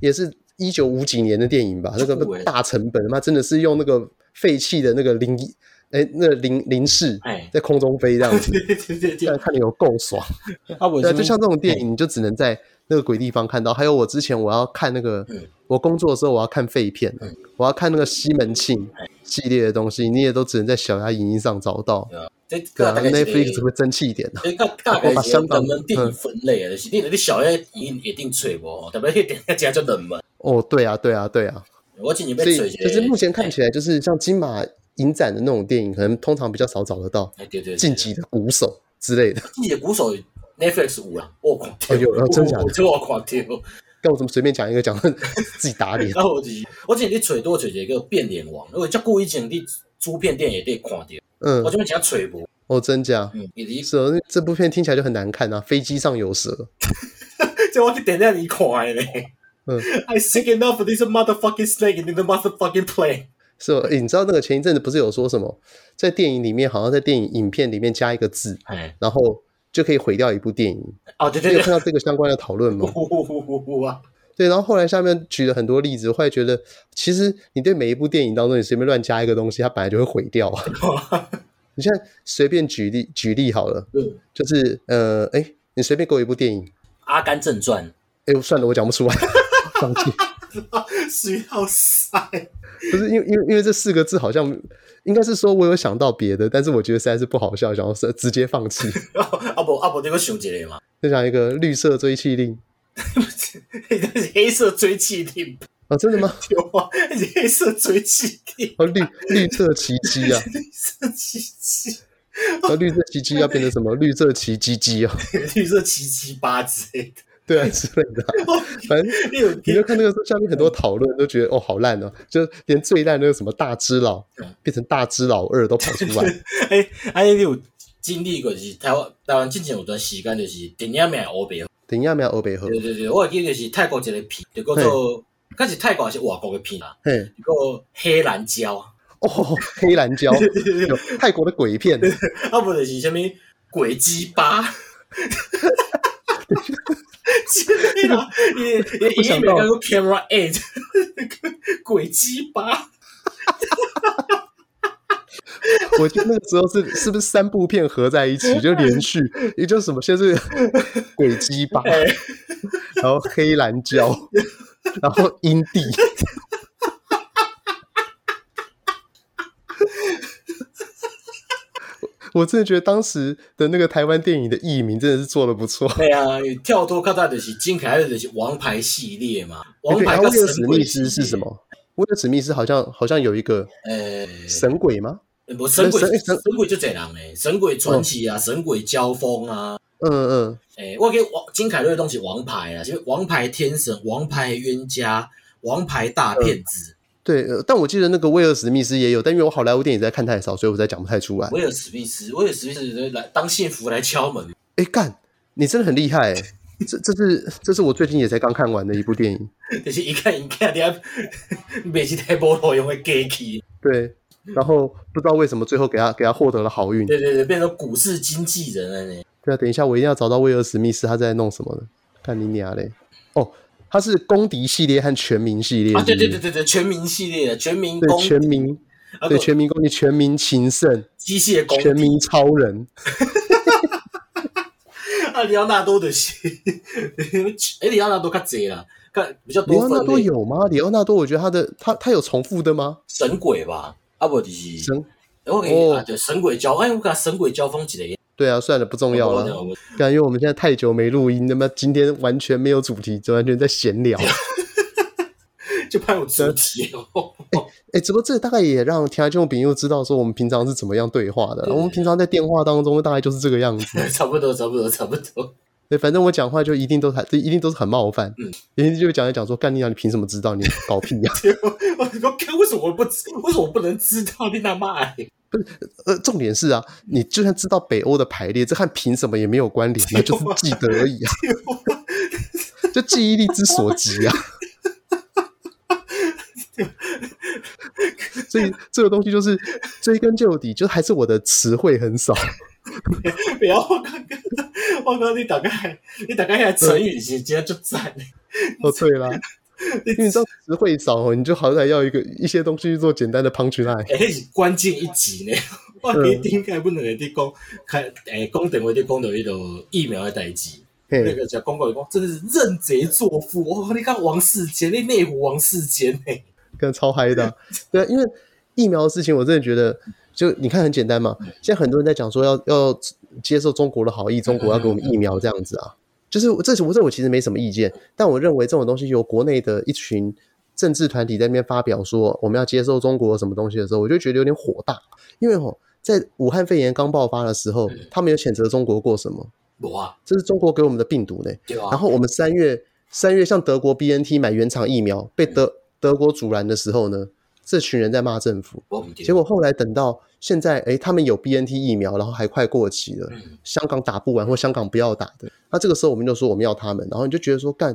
[SPEAKER 1] 也是一九五几年的电影吧，那
[SPEAKER 2] 酷
[SPEAKER 1] 个
[SPEAKER 2] 欸
[SPEAKER 1] 大成本，他妈真的是用那个废弃的那个零一，哎，那个零零式
[SPEAKER 2] 哎，
[SPEAKER 1] 在空中飞这样子，
[SPEAKER 2] 对对对
[SPEAKER 1] 这样
[SPEAKER 2] 对，
[SPEAKER 1] 看的有够爽。
[SPEAKER 2] 啊，我
[SPEAKER 1] 对啊，就像这种电影，你就只能在那个鬼地方看到。还有我之前我要看那个
[SPEAKER 2] 嗯，
[SPEAKER 1] 我工作的时候我要看废片
[SPEAKER 2] 嗯，
[SPEAKER 1] 我要看那个西门庆系列的东西，你也都只能在小鸭影音上找到。
[SPEAKER 2] 这
[SPEAKER 1] 对啊
[SPEAKER 2] 个大概
[SPEAKER 1] ，Netflix 会争气一点的。啊
[SPEAKER 2] 哎，大大概是冷门电影分类啊，就是你你小亚一定一定揣无，哦特别迄电影真就冷门。
[SPEAKER 1] 哦，对啊，对啊，对啊。
[SPEAKER 2] 我之前被
[SPEAKER 1] 所
[SPEAKER 2] 揣
[SPEAKER 1] 以就是目前看
[SPEAKER 2] 起，
[SPEAKER 1] 起来，就是像金马影展的那种电影，可能通常比较少找得到
[SPEAKER 2] 哎对对，
[SPEAKER 1] 晋级的鼓手之类的。
[SPEAKER 2] 自己的鼓手 Netflix 有啦，我看到，
[SPEAKER 1] 哦有有真假的
[SPEAKER 2] 我这我看到，
[SPEAKER 1] 要我怎么随便讲一个讲 自己打脸？
[SPEAKER 2] 然后我就是，我之前你揣多揣一个变脸王，因为较久以前你租片店也得看到，
[SPEAKER 1] 嗯
[SPEAKER 2] 我，这边真揣无，
[SPEAKER 1] 哦，真假？
[SPEAKER 2] 嗯，伊伫
[SPEAKER 1] 是哦，那这部片听起来就很难看啊！飞机上有蛇，
[SPEAKER 2] 这我去电影里看的咧。
[SPEAKER 1] 嗯
[SPEAKER 2] I sick enough of this motherfucking snake in the motherfucking plane。
[SPEAKER 1] 是哦。诶你知道那个前一阵子不是有说什么，在电影里面好像在电影影片里面加一个字，
[SPEAKER 2] 哎，
[SPEAKER 1] 然后就可以毁掉一部电影。
[SPEAKER 2] 哦对
[SPEAKER 1] 你
[SPEAKER 2] 对
[SPEAKER 1] 有
[SPEAKER 2] 对，
[SPEAKER 1] 看到这个相关的讨论吗？
[SPEAKER 2] 呼呼呼呼呼啊！
[SPEAKER 1] 对，然后后来下面举了很多例子，我后来觉得，其实你对每一部电影当中，你随便乱加一个东西，它本来就会毁掉啊。你现在随便举例举例好了，
[SPEAKER 2] 嗯
[SPEAKER 1] 就是呃，哎，你随便给我一部电影，
[SPEAKER 2] 阿甘正传，
[SPEAKER 1] 哎，算了，我讲不出来， 放弃。
[SPEAKER 3] 需要塞。
[SPEAKER 1] 不是因为因为因为这四个字好像应该是说我有想到别的，但是我觉得实在是不好笑，想要是直接放弃。
[SPEAKER 2] 啊不啊不，你个想一个嘛，
[SPEAKER 1] 就像一个绿色追气令
[SPEAKER 2] 那是黑色追气令，
[SPEAKER 1] 啊，真的 吗？
[SPEAKER 2] 对啊，那是黑色追气令，
[SPEAKER 1] 哦，绿绿色奇迹 啊，
[SPEAKER 2] 黑色奇迹。
[SPEAKER 1] 然后绿色奇迹要变成什么？绿色奇迹迹啊，
[SPEAKER 2] 绿色七七八之类的。
[SPEAKER 1] 对 啊之类的啊、反正。
[SPEAKER 2] 你有
[SPEAKER 1] 你就看那个下面很多讨论，都觉得哦好烂哦，就连最烂那个什么大只佬
[SPEAKER 2] 嗯
[SPEAKER 1] 变成大只佬二都跑出来。
[SPEAKER 2] 哎哎，你有经历过就是台湾台湾之前有段时间就是电影名黑白，
[SPEAKER 1] 等一下没有欧北河，
[SPEAKER 2] 对对对，我会记得就是泰国一个片，就叫做，敢是泰国还是外国的片啊？
[SPEAKER 1] 嘿
[SPEAKER 2] 叫做黑蓝胶，啊
[SPEAKER 1] 哦黑蓝胶，有泰国的鬼片，，
[SPEAKER 2] 无就是啥物鬼鸡巴，之类的啊，也也
[SPEAKER 1] 我
[SPEAKER 2] 英
[SPEAKER 1] 想
[SPEAKER 2] 语
[SPEAKER 1] 到
[SPEAKER 2] 叫做 Camera Eight，那个鬼鸡巴，
[SPEAKER 1] 我记得那个时候是是不是三部片合在一起就连续，也就什么先是鬼鸡巴，
[SPEAKER 2] 哎
[SPEAKER 1] 然后黑蓝胶，然后阴蒂，我真的觉得当时的那个台湾电影的译名真的是做的不错。
[SPEAKER 2] 对啊，你跳脱较大就是金凯的就是王牌系列嘛，王
[SPEAKER 1] 哎对，
[SPEAKER 2] 牌
[SPEAKER 1] 然后威
[SPEAKER 2] 跟
[SPEAKER 1] 尔
[SPEAKER 2] 神
[SPEAKER 1] 史
[SPEAKER 2] 鬼
[SPEAKER 1] 密
[SPEAKER 2] 系
[SPEAKER 1] 斯
[SPEAKER 2] 列
[SPEAKER 1] 是什？么？威尔史密斯好像好像有一个
[SPEAKER 2] 呃，
[SPEAKER 1] 神鬼吗？
[SPEAKER 2] 无神鬼
[SPEAKER 1] 神哦神
[SPEAKER 2] 神鬼就这人诶，神鬼传奇啊，神鬼交锋啊，
[SPEAKER 1] 嗯嗯，
[SPEAKER 2] 诶、我给王金凯瑞的东西王牌啊，就是王牌天神、王牌冤家、王牌大
[SPEAKER 1] 嗯
[SPEAKER 2] 骗子。
[SPEAKER 1] 对。呃但我记得那个威尔史密斯也有，但因为我好莱坞电影实在看太少，所以我实在讲不太出来。
[SPEAKER 2] 威尔史密斯，威尔史密斯来当幸福来敲门，
[SPEAKER 1] 哎，干，你真的很厉害、欸！这这是这是我最近也才刚看完的一部电影。
[SPEAKER 2] 就是一看一看，你还 每集台波头用会 gay 去，
[SPEAKER 1] 对，然后不知道为什么最后给他给他获得了好运。
[SPEAKER 2] 对对对，变成股市经纪人了呢。
[SPEAKER 1] 对啊，等一下我一定要找到威尔史密斯他在弄什么的，看你娘嘞！哦，他是公敌系列和全民系列
[SPEAKER 2] 啊，对对对
[SPEAKER 1] 是
[SPEAKER 2] 对对，全民系列的全民
[SPEAKER 1] 不
[SPEAKER 2] 公
[SPEAKER 1] 是对全民
[SPEAKER 2] 啊
[SPEAKER 1] 对
[SPEAKER 2] 不
[SPEAKER 1] 全民公敌、全民情圣、
[SPEAKER 2] 机械公
[SPEAKER 1] 全民超人。
[SPEAKER 2] 啊，里奥纳多的是， 哎，里奥纳多较济啦，较比较
[SPEAKER 1] 里奥
[SPEAKER 2] 多
[SPEAKER 1] 纳
[SPEAKER 2] 分
[SPEAKER 1] 多
[SPEAKER 2] 类，
[SPEAKER 1] 有吗？里奥纳多，我觉得他的他他有重复的吗？
[SPEAKER 2] 神鬼吧，啊不就是，
[SPEAKER 1] 神
[SPEAKER 2] 我给你
[SPEAKER 1] 哦
[SPEAKER 2] 啊，对神鬼交，哎，我讲神鬼交锋一个，
[SPEAKER 1] 对啊，算了，不重要了。
[SPEAKER 2] 我
[SPEAKER 1] 感觉我们现在太久没录音，那么今天完全没有主题，完全在闲 聊。
[SPEAKER 2] 就怕有主题哦。
[SPEAKER 1] 哎、只不过这大概也让听众朋友知道说我们平常是怎么样对话的。
[SPEAKER 2] 对
[SPEAKER 1] 我们平常在电话当中大概就是这个样子。
[SPEAKER 2] 差不多，差不多，差不多。
[SPEAKER 1] 对，反正我讲话就一定都很，一定都是很冒犯，
[SPEAKER 2] 嗯
[SPEAKER 1] 一定就讲一讲说干你娘，你凭什么知道？你搞屁呀、
[SPEAKER 2] 我我看为什么我不知，为什么我不能知道你 那骂哎？
[SPEAKER 1] 呃，重点是啊，你就算知道北欧的排列，这和凭什么也没有关联啊，就是记得而已啊，就记忆力之所及啊。所以这个东西就是追根究底，就还是我的词汇很少。
[SPEAKER 2] 不要，我刚刚，我刚刚你大概，你大概现在成语时间就赞，
[SPEAKER 1] 哦，对啦， 因为你知道词汇少哦，你就好歹要一个一些东西去做简单的 punch line。
[SPEAKER 2] 哎、那是关键一集呢。
[SPEAKER 1] 嗯
[SPEAKER 2] 我你顶解不能你讲，开诶讲电话你讲到迄个疫苗的代志，那
[SPEAKER 1] 嘿，
[SPEAKER 2] 个叫广告讲，真的是认贼作父。哦，你看王世坚，你内湖王世坚哎呢、
[SPEAKER 1] 跟超嗨的啊、对啊，因为疫苗的事情，我真的觉得，就你看很简单嘛。现在很多人在讲说要要接受中国的好意，中国要给我们疫苗这样子啊。就是我这我这我其实没什么意见，但我认为这种东西由国内的一群政治团体在那边发表说我们要接受中国什么东西的时候，我就觉得有点火大，因为哦，在武汉肺炎刚爆发的时候，他们有谴责中国过什么？
[SPEAKER 2] 无啊，
[SPEAKER 1] 这是中国给我们的病毒呢。
[SPEAKER 2] 对啊。
[SPEAKER 1] 然后我们三月三月向德国 B N T 买原厂疫苗，被德德国阻拦的时候呢，这群人在骂政府。
[SPEAKER 2] 我唔对
[SPEAKER 1] 结果后来等到现在，哎，他们有 B N T 疫苗，然后还快过期了
[SPEAKER 2] 嗯，
[SPEAKER 1] 香港打不完或香港不要打的，那这个时候我们就说我们要他们，然后你就觉得说干，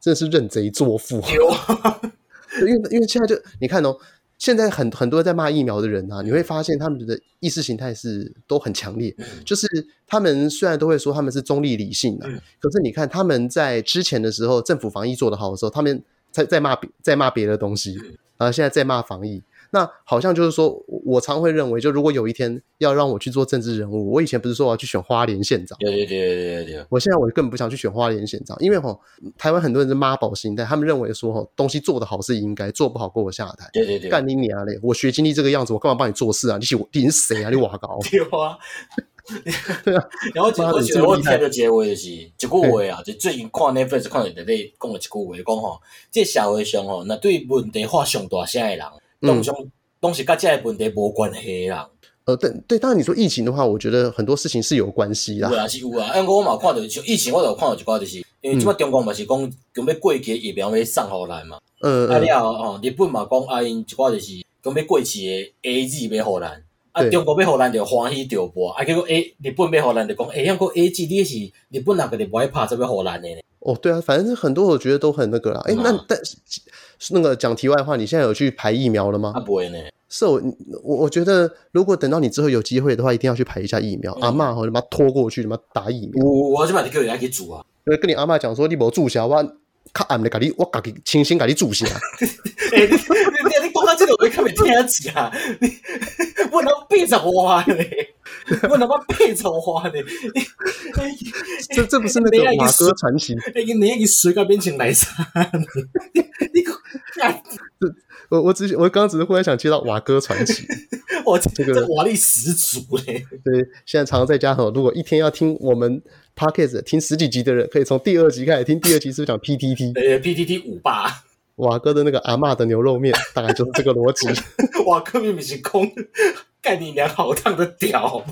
[SPEAKER 1] 真的是认贼作父。
[SPEAKER 2] 对啊
[SPEAKER 1] 对因为因为现在就你看哦，现在很很多在骂疫苗的人啊，你会发现他们的意识形态是都很强烈，就是他们虽然都会说他们是中立理性的、
[SPEAKER 2] 嗯
[SPEAKER 1] 可是你看他们在之前的时候，政府防疫做得好的时候，他们在在骂别在骂别的东西，然后现在在骂防疫。那好像就是说，我我常会认为，就如果有一天要让我去做政治人物，我以前不是说我要去选花莲县长，
[SPEAKER 2] 对对对对对
[SPEAKER 1] 我现在我根本不想去选花莲县长，因为吼台湾很多人是妈宝心态，他们认为说吼东西做得好是应该，做不好给我下台。
[SPEAKER 2] 对对对，？
[SPEAKER 1] 干你娘嘞！我学经历这个样子，我干嘛帮你做事啊？你是我你是谁啊？你瓦搞
[SPEAKER 2] 对 啊。然后
[SPEAKER 1] 啊妈的
[SPEAKER 2] 我
[SPEAKER 1] 你这
[SPEAKER 2] 觉得
[SPEAKER 1] 么
[SPEAKER 2] 我
[SPEAKER 1] 厉
[SPEAKER 2] 听
[SPEAKER 1] 害
[SPEAKER 2] 到结尾就是一句话啊，就最近看 Netflix 看到人咧讲了一句话，讲吼，这社会上吼，那对问题发上大声的人，
[SPEAKER 1] 嗯
[SPEAKER 2] 拢上拢是甲这个问题无关系的人，
[SPEAKER 1] 呃，对对，当然你说疫情的话，我觉得很多事情是有关系
[SPEAKER 2] 有
[SPEAKER 1] 啦。
[SPEAKER 2] 啊是有啊。因为我嘛有看到，像以前我就有看到一寡，就是因为即摆中国嘛是讲讲要过期的疫苗要送互咱嘛，
[SPEAKER 1] 嗯
[SPEAKER 2] 啊
[SPEAKER 1] 嗯，
[SPEAKER 2] 了后吼，日本嘛讲啊因一寡就是讲要过期的 A G 要互咱。啊，
[SPEAKER 1] 对
[SPEAKER 2] 中国要互咱就欢喜着播，啊，结果 A 日本要互咱就讲，哎、欸，个 A G 你是日本人个就无爱拍，才要互咱的呢。
[SPEAKER 1] 哦，对啊，反正很多我觉得都很那个啦。哎，
[SPEAKER 2] 嗯啊
[SPEAKER 1] 那但是那个讲题外话，你现在有去排疫苗了吗
[SPEAKER 2] 啊，？不会呢，
[SPEAKER 1] 受你我我觉得，如果等到你之后有机会的话，一定要去排一下疫苗。
[SPEAKER 2] 嗯
[SPEAKER 1] 阿妈吼，你妈拖过去，你妈打疫苗。
[SPEAKER 2] 我我就把你叫人家去煮啊，
[SPEAKER 1] 因为跟你阿妈讲说，你无注射，我较暗的给你，我给你清醒给你注 射。
[SPEAKER 2] 哎、你你你你讲到这个，我就根本听得起啊！你我他妈背着花呢，我他妈背着花呢，
[SPEAKER 1] 这这不是那个
[SPEAKER 2] 没有
[SPEAKER 1] 瓦
[SPEAKER 2] 意思
[SPEAKER 1] 哥传奇？
[SPEAKER 2] 你你你水到变成奶茶，你你讲，哎
[SPEAKER 1] 我我只是我刚刚只是忽然想接到瓦哥传 奇。
[SPEAKER 2] 我这
[SPEAKER 1] 个
[SPEAKER 2] 这瓦力十足嘞！
[SPEAKER 1] 对，现在常常在家吼，如果一天要听我们 podcast 听十几集的人，可以从第二集开始听。第二集是不是讲 PTT
[SPEAKER 2] 呃，PTT 五霸，
[SPEAKER 1] 瓦哥的那个阿嬷的牛肉面，大概就是这个逻 辑。
[SPEAKER 2] 哇，根本不是空，干你娘好烫的屌！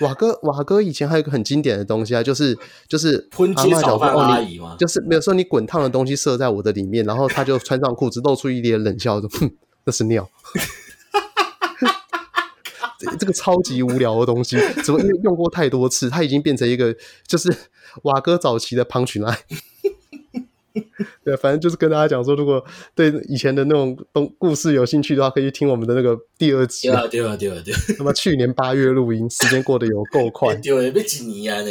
[SPEAKER 1] 瓦哥瓦哥以前还有一个很经典的东西啊，就是就是
[SPEAKER 2] 喷
[SPEAKER 1] 阿
[SPEAKER 2] 街
[SPEAKER 1] 嬷
[SPEAKER 2] 炒
[SPEAKER 1] 讲说
[SPEAKER 2] 饭啊
[SPEAKER 1] 哦
[SPEAKER 2] 阿
[SPEAKER 1] 你。
[SPEAKER 2] 姨嘛，
[SPEAKER 1] 就是没有说你滚烫的东西射在我的里面，然后他就穿上裤子，露出一脸冷笑，说：“哼，那是尿。 这”这个超级无聊的东西，只不过因为用过太多次，它已经变成一个就是瓦哥早期的 punch line。对，反正就是跟大家讲说，如果对以前的那种东故事有兴趣的话，可以去听我们的那个第二集
[SPEAKER 2] 对。啊对啊对啊对啊，
[SPEAKER 1] 那么去年八月录音，时间过得有够快。
[SPEAKER 2] 对啊，要几年啊呢？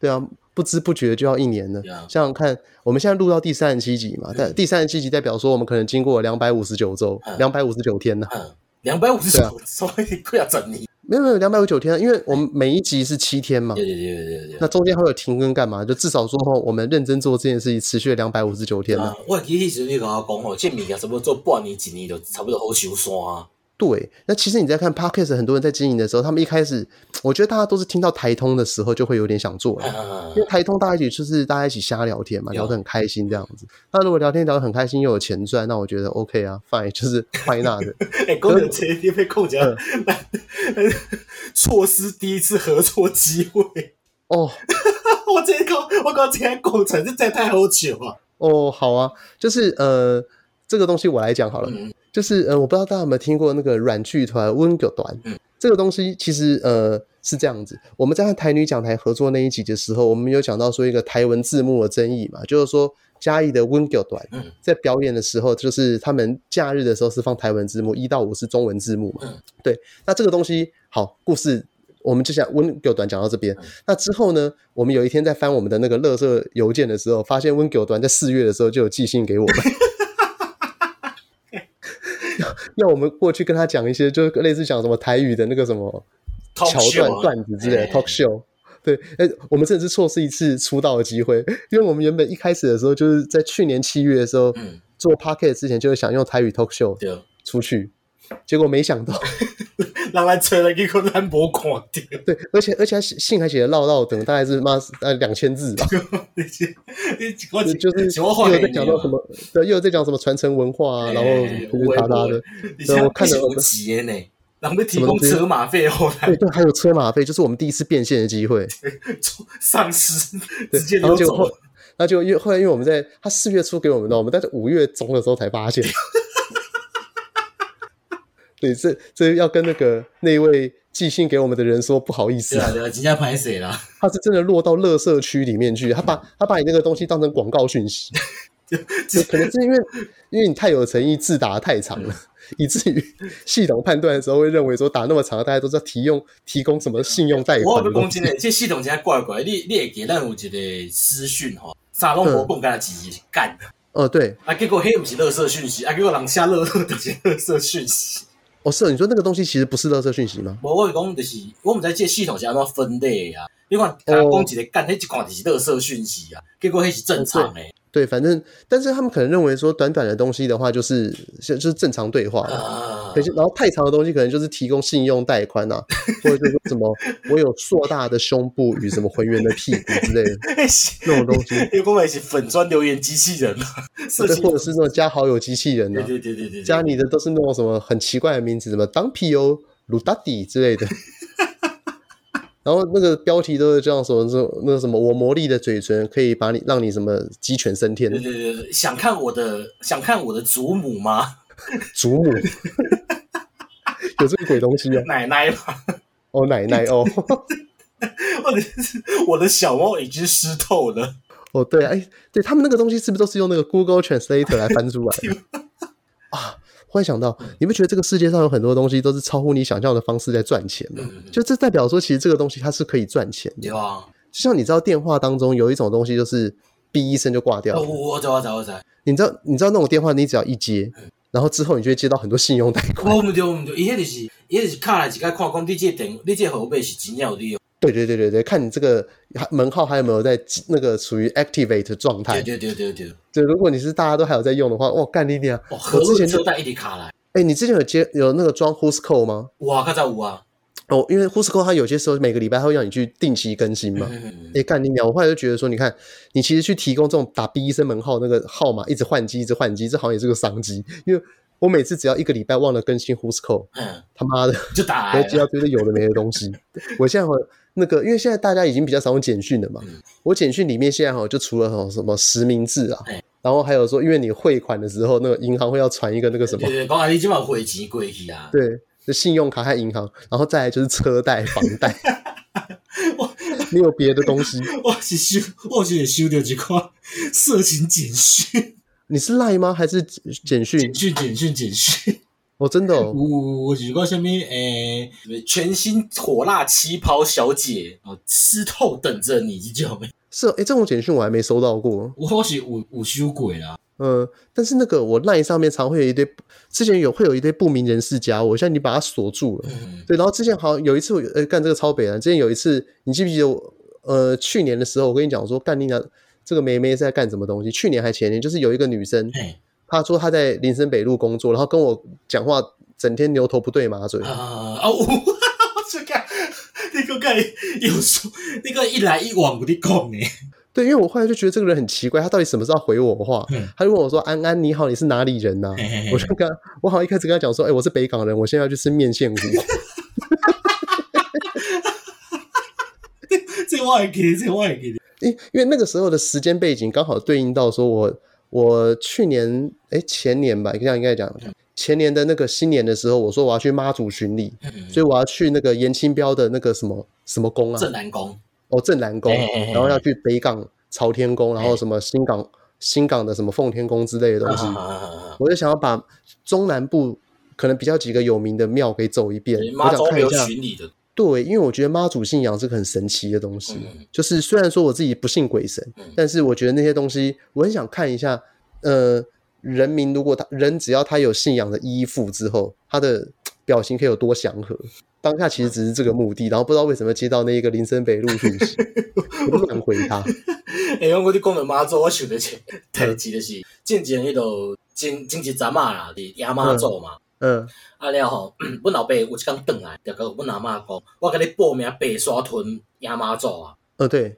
[SPEAKER 1] 对啊，不知不觉就要一年了。
[SPEAKER 2] 对啊
[SPEAKER 1] 想想看，我们现在录到第三十七集嘛，但第三十七集代表说我们可能经过两百五十九周、
[SPEAKER 2] 嗯
[SPEAKER 1] 两百五十九天呢、
[SPEAKER 2] 嗯，两百五十
[SPEAKER 1] 对啊
[SPEAKER 2] 九，所以快要整你。
[SPEAKER 1] 没有没有两百五十九天，啊因为我们每一集是七天嘛
[SPEAKER 2] 对，对对对对啊
[SPEAKER 1] 那
[SPEAKER 2] 对。
[SPEAKER 1] 中间还有停更干嘛？就至少说吼我们认真做这件事情，持续了两百五十九天呢、
[SPEAKER 2] 啊！我记迄时候你跟我讲吼，这物件差不多做半年一年就差不多好收山啊。
[SPEAKER 1] 对，那其实你在看 podcast，很多人在经营的时候，他们一开始，我觉得大家都是听到台通的时候就会有点想做了。
[SPEAKER 2] 啊
[SPEAKER 1] 因为台通大家一起就是大家一起瞎聊天嘛，
[SPEAKER 2] 有
[SPEAKER 1] 聊得很开心这样子。那如果聊天聊得很开心又有钱赚，那我觉得 OK 啊，fine，就是 fine 那的。
[SPEAKER 2] 哎，讲到这，你要讲一下，
[SPEAKER 1] 嗯
[SPEAKER 2] 错失第一次合作机会。
[SPEAKER 1] 哦
[SPEAKER 2] 我这个我刚才讲成这在太好笑啊！
[SPEAKER 1] 哦，好啊，就是呃，这个东西我来讲好了，
[SPEAKER 2] 嗯
[SPEAKER 1] 就是呃，我不知道大家有没有听过那个软剧团温九团，
[SPEAKER 2] 嗯
[SPEAKER 1] 这个东西其实呃是这样子，我们在和台女讲台合作那一集的时候，我们有讲到说一个台文字幕的争议嘛，就是说。嘉义的温九团
[SPEAKER 2] 嗯
[SPEAKER 1] 在表演的时候，就是他们假日的时候是放台文字幕，一到五是中文字幕嘛。
[SPEAKER 2] 嗯
[SPEAKER 1] 对，那这个东西好，故事我们就想温九短讲到这边。那之后呢，我们有一天在翻我们的那个乐色邮件的时候，发现温九短在四月的时候就有寄信给我 们。要要我们过去跟他讲一些，就是类似讲什么台语的那个什么
[SPEAKER 2] Talk
[SPEAKER 1] 桥
[SPEAKER 2] show
[SPEAKER 1] 段、段
[SPEAKER 2] 啊
[SPEAKER 1] 子之类的
[SPEAKER 2] 哎
[SPEAKER 1] talk show。对，哎、我们甚至错失一次出道的机会，因为我们原本一开始的时候，就是在去年七月的时候、
[SPEAKER 2] 嗯，
[SPEAKER 1] 做 p o c k e t 之前，就是想用台语 talk show
[SPEAKER 2] 对，
[SPEAKER 1] 出去，结果没想到，
[SPEAKER 2] 人来找来结果咱无看到。
[SPEAKER 1] 对，而且而且他信还写的唠唠等，大概是妈呃两千字吧，
[SPEAKER 2] 你是你是我
[SPEAKER 1] 就是就是
[SPEAKER 2] 是我
[SPEAKER 1] 又
[SPEAKER 2] 看
[SPEAKER 1] 有在
[SPEAKER 2] 你
[SPEAKER 1] 讲到
[SPEAKER 2] 啊
[SPEAKER 1] 什么，对，又有在讲什么传承文化啊，然后
[SPEAKER 2] 哎
[SPEAKER 1] 就是
[SPEAKER 2] 微
[SPEAKER 1] 哒哒
[SPEAKER 2] 博
[SPEAKER 1] 的，
[SPEAKER 2] 你
[SPEAKER 1] 对我看
[SPEAKER 2] 是
[SPEAKER 1] 了我
[SPEAKER 2] 有
[SPEAKER 1] 们
[SPEAKER 2] 钱呢，人要提供车马费后来
[SPEAKER 1] 对对，还有车马费，就是我们第一次变现的机 会，
[SPEAKER 2] 丧尸
[SPEAKER 1] 对
[SPEAKER 2] 直接，
[SPEAKER 1] 然后
[SPEAKER 2] 溜
[SPEAKER 1] 结果
[SPEAKER 2] 走
[SPEAKER 1] 后，那就因为后来因为我们在他四月初给我们的，我们但是五月中的时候才发现， 对，这这要跟那个那一位寄信给我们的人说不好意思
[SPEAKER 2] 对啊，对啊，真正拍谁啦？
[SPEAKER 1] 他是真的落到垃圾区里面去，他把他把你那个东西当成广告讯 息，就可能是因为因为你太有诚意，字打得太长了， 以至于系统判断的时候会认为说打那么长，大家都知道提用提供什么信用贷
[SPEAKER 2] 我
[SPEAKER 1] 款
[SPEAKER 2] 有
[SPEAKER 1] 的
[SPEAKER 2] 讲
[SPEAKER 1] 东
[SPEAKER 2] 真
[SPEAKER 1] 西。
[SPEAKER 2] 诶，这系统真正怪怪。你你会记咱有一个私讯吼，啥拢无讲，干啦自己干。
[SPEAKER 1] 哦，对，
[SPEAKER 2] 啊，结果迄毋是垃圾讯息，啊，结果人下垃圾就是垃圾讯息。
[SPEAKER 1] 哦是哦，你说那个东西其实不是垃圾讯息吗？
[SPEAKER 2] 无我是讲就是，我毋知这系统是安怎分类的啊。你看，他讲一个
[SPEAKER 1] 哦
[SPEAKER 2] 干，迄一看就是垃圾讯息啊，结果迄是正常诶。
[SPEAKER 1] 对，反正但是他们可能认为说短短的东西的话，就是就就是正常哦对话嘛。
[SPEAKER 2] 啊
[SPEAKER 1] 可，是，然后太长的东西可能就是提供信用贷款啊，或者就是说什么我有硕大的胸部与什么浑圆的屁股之类的
[SPEAKER 2] 呃那是
[SPEAKER 1] 那种东西。
[SPEAKER 2] 又讲的是粉砖留言机器人嘛， 设
[SPEAKER 1] 对，
[SPEAKER 2] 计
[SPEAKER 1] 或者是那种加好友机器人
[SPEAKER 2] 对
[SPEAKER 1] 啊，
[SPEAKER 2] 对对对对，
[SPEAKER 1] 加你的都是那种什么很奇怪的名字，什么当皮欧、鲁达底之类的。 然后那个标题都是这样说，说那个什么，我魔力的嘴唇可以把你让你什么鸡犬升 天
[SPEAKER 2] 对，对对对，想看我的想看我的祖母吗？
[SPEAKER 1] 祖母， 有这个鬼东西哦，
[SPEAKER 2] 奶奶吗？
[SPEAKER 1] 哦奶奶哦，
[SPEAKER 2] 或者是我的小猫已经湿透了，
[SPEAKER 1] 哦 对啊，哎，对他们那个东西是不是都是用那个 Google Translator 来翻出来的啊？忽然想到，你不觉得这个世界上有很多东西都是超乎你想象的方式在赚钱吗？
[SPEAKER 2] 嗯
[SPEAKER 1] 就这代表说，其实这个东西它是可以赚钱的。
[SPEAKER 2] 对啊，
[SPEAKER 1] 就像你知道，电话当中有一种东西就是哔一声就挂掉
[SPEAKER 2] 哦
[SPEAKER 1] 了。
[SPEAKER 2] 我知道我知道我知道，
[SPEAKER 1] 你知道，你知道那种电话，你只要一接，
[SPEAKER 2] 嗯
[SPEAKER 1] 然后之后你就会接到很多信用贷款。
[SPEAKER 2] 我毋对我毋对，伊迄就是伊就是卡来一个看讲你这个电你这个号码是真正有利用，
[SPEAKER 1] 对对对对对，看你这个门号还有没有在那个属于 activate 状态
[SPEAKER 2] 对。对对对对，
[SPEAKER 1] 对，如果你是大家都还有在用的话，哇，干你娘！
[SPEAKER 2] 哦，何
[SPEAKER 1] 我之前
[SPEAKER 2] 润
[SPEAKER 1] 就
[SPEAKER 2] 车贷一直卡来，
[SPEAKER 1] 哎，你之前有接有那个装 Who's Call 吗？
[SPEAKER 2] 哇，较早有啊，
[SPEAKER 1] 哦，因为 Who's Call 它有些时候每个礼拜它会让你去定期更新嘛。
[SPEAKER 2] 嗯
[SPEAKER 1] 哎，干你娘！我后来就觉得说，你看，你其实去提供这种打 B 医生门号那个号码，一直换机，一直换机，这好像也是个商机。因为我每次只要一个礼拜忘了更新 Who's Call，
[SPEAKER 2] 嗯，
[SPEAKER 1] 他妈的，
[SPEAKER 2] 就打
[SPEAKER 1] 我
[SPEAKER 2] 来
[SPEAKER 1] 会接到堆有的没的东 西。我现在会那个，因为现在大家已经比较少用简讯了嘛
[SPEAKER 2] 嗯，
[SPEAKER 1] 我简讯里面现在哈就除了哈什么实名制啊
[SPEAKER 2] 哎，
[SPEAKER 1] 然后还有说，因为你汇款的时候，那个银行会要传一个那个什么
[SPEAKER 2] 对，对，讲啊，你即满汇钱过去啊，
[SPEAKER 1] 对，就信用卡和银行，然后再来就是车贷、房贷。你有别的东西？
[SPEAKER 3] 我是收，我是收到一款色情简讯，
[SPEAKER 1] 你是赖吗？还是简讯
[SPEAKER 3] 简？讯，简讯，简讯。
[SPEAKER 1] 哦，真的
[SPEAKER 3] 有
[SPEAKER 1] 哦，
[SPEAKER 3] 有有一个什么诶，
[SPEAKER 2] 什么全新火辣旗袍小姐哦，湿透等着你，这种的，
[SPEAKER 1] 是哦，哎，这种简讯我还没收到过。
[SPEAKER 3] 我是有有收过啦。
[SPEAKER 1] 嗯，但是那个我赖上面常会有一堆，之前有会有一堆不明人士加我，现在你把它锁住了。
[SPEAKER 2] 嗯，
[SPEAKER 1] 对，然后之前好像有一次我，呃，干这个超北蓝。之前有一次，你记不记得我？呃，去年的时候，我跟你讲说，干你娘，这个梅梅是在干什么东西？去年还前年，就是有一个女生，
[SPEAKER 2] 嘿，
[SPEAKER 1] 她说她在林森北路工作，然后跟我讲话，整天牛头不对马嘴。
[SPEAKER 2] 啊啊，
[SPEAKER 3] 啊，有， 我这个你个个有说，你个一来一往有你讲呢。
[SPEAKER 1] 对，因为我后来就觉得这个人很奇怪，他到底什么时候回我话
[SPEAKER 3] 嗯？
[SPEAKER 1] 他就问我说：“安安，你好，你是哪里人呐、啊
[SPEAKER 3] 嘿嘿嘿
[SPEAKER 1] 我就跟他，我好像一开始跟他讲说：“哎、我是北港人，我现在要去吃面线糊。
[SPEAKER 3] 这我会记得，这我会记得。”
[SPEAKER 1] 因因为那个时候的时间背景刚好对应到说我我去年哎前年吧，这样应该讲
[SPEAKER 3] 嗯
[SPEAKER 1] 前年的那个新年的时候，我说我要去妈祖巡礼，
[SPEAKER 3] 嗯
[SPEAKER 1] 所以我要去那个严清标的那个什么什么宫啊，
[SPEAKER 2] 正南宫，
[SPEAKER 1] 哦镇南宫
[SPEAKER 2] 哎哎哎，
[SPEAKER 1] 然后要去北港朝天宫，然后什么新港新港的什么奉天宫之类的东西，
[SPEAKER 2] 啊，
[SPEAKER 1] 我就想要把中南部可能比较几个有名的庙给走一遍，我
[SPEAKER 2] 妈
[SPEAKER 1] 想
[SPEAKER 2] 祖
[SPEAKER 1] 看
[SPEAKER 2] 没
[SPEAKER 1] 一
[SPEAKER 2] 有
[SPEAKER 1] 下。
[SPEAKER 2] 巡礼的，
[SPEAKER 1] 对，因为我觉得妈祖信仰是个很神奇的东西，
[SPEAKER 2] 嗯
[SPEAKER 1] 就是虽然说我自己不信鬼神，
[SPEAKER 2] 嗯
[SPEAKER 1] 但是我觉得那些东西我很想看一下。呃，人民如果他人只要他有信仰的依附之后，他的表情可以有多祥和。当下其实只是这个目的，然后不知道为什么接到那一个林森北路讯 息，我不想回他。
[SPEAKER 2] 哎、我你讲到妈祖，我想到一个代志，就是进前迄落前前一阵啊啦，伫亚妈祖嘛，
[SPEAKER 1] 嗯，
[SPEAKER 2] 啊了 吼，阮老爸有一天转来，就甲阮阿嬷讲，我甲你报名白沙屯亚妈祖啊，
[SPEAKER 1] 呃，对，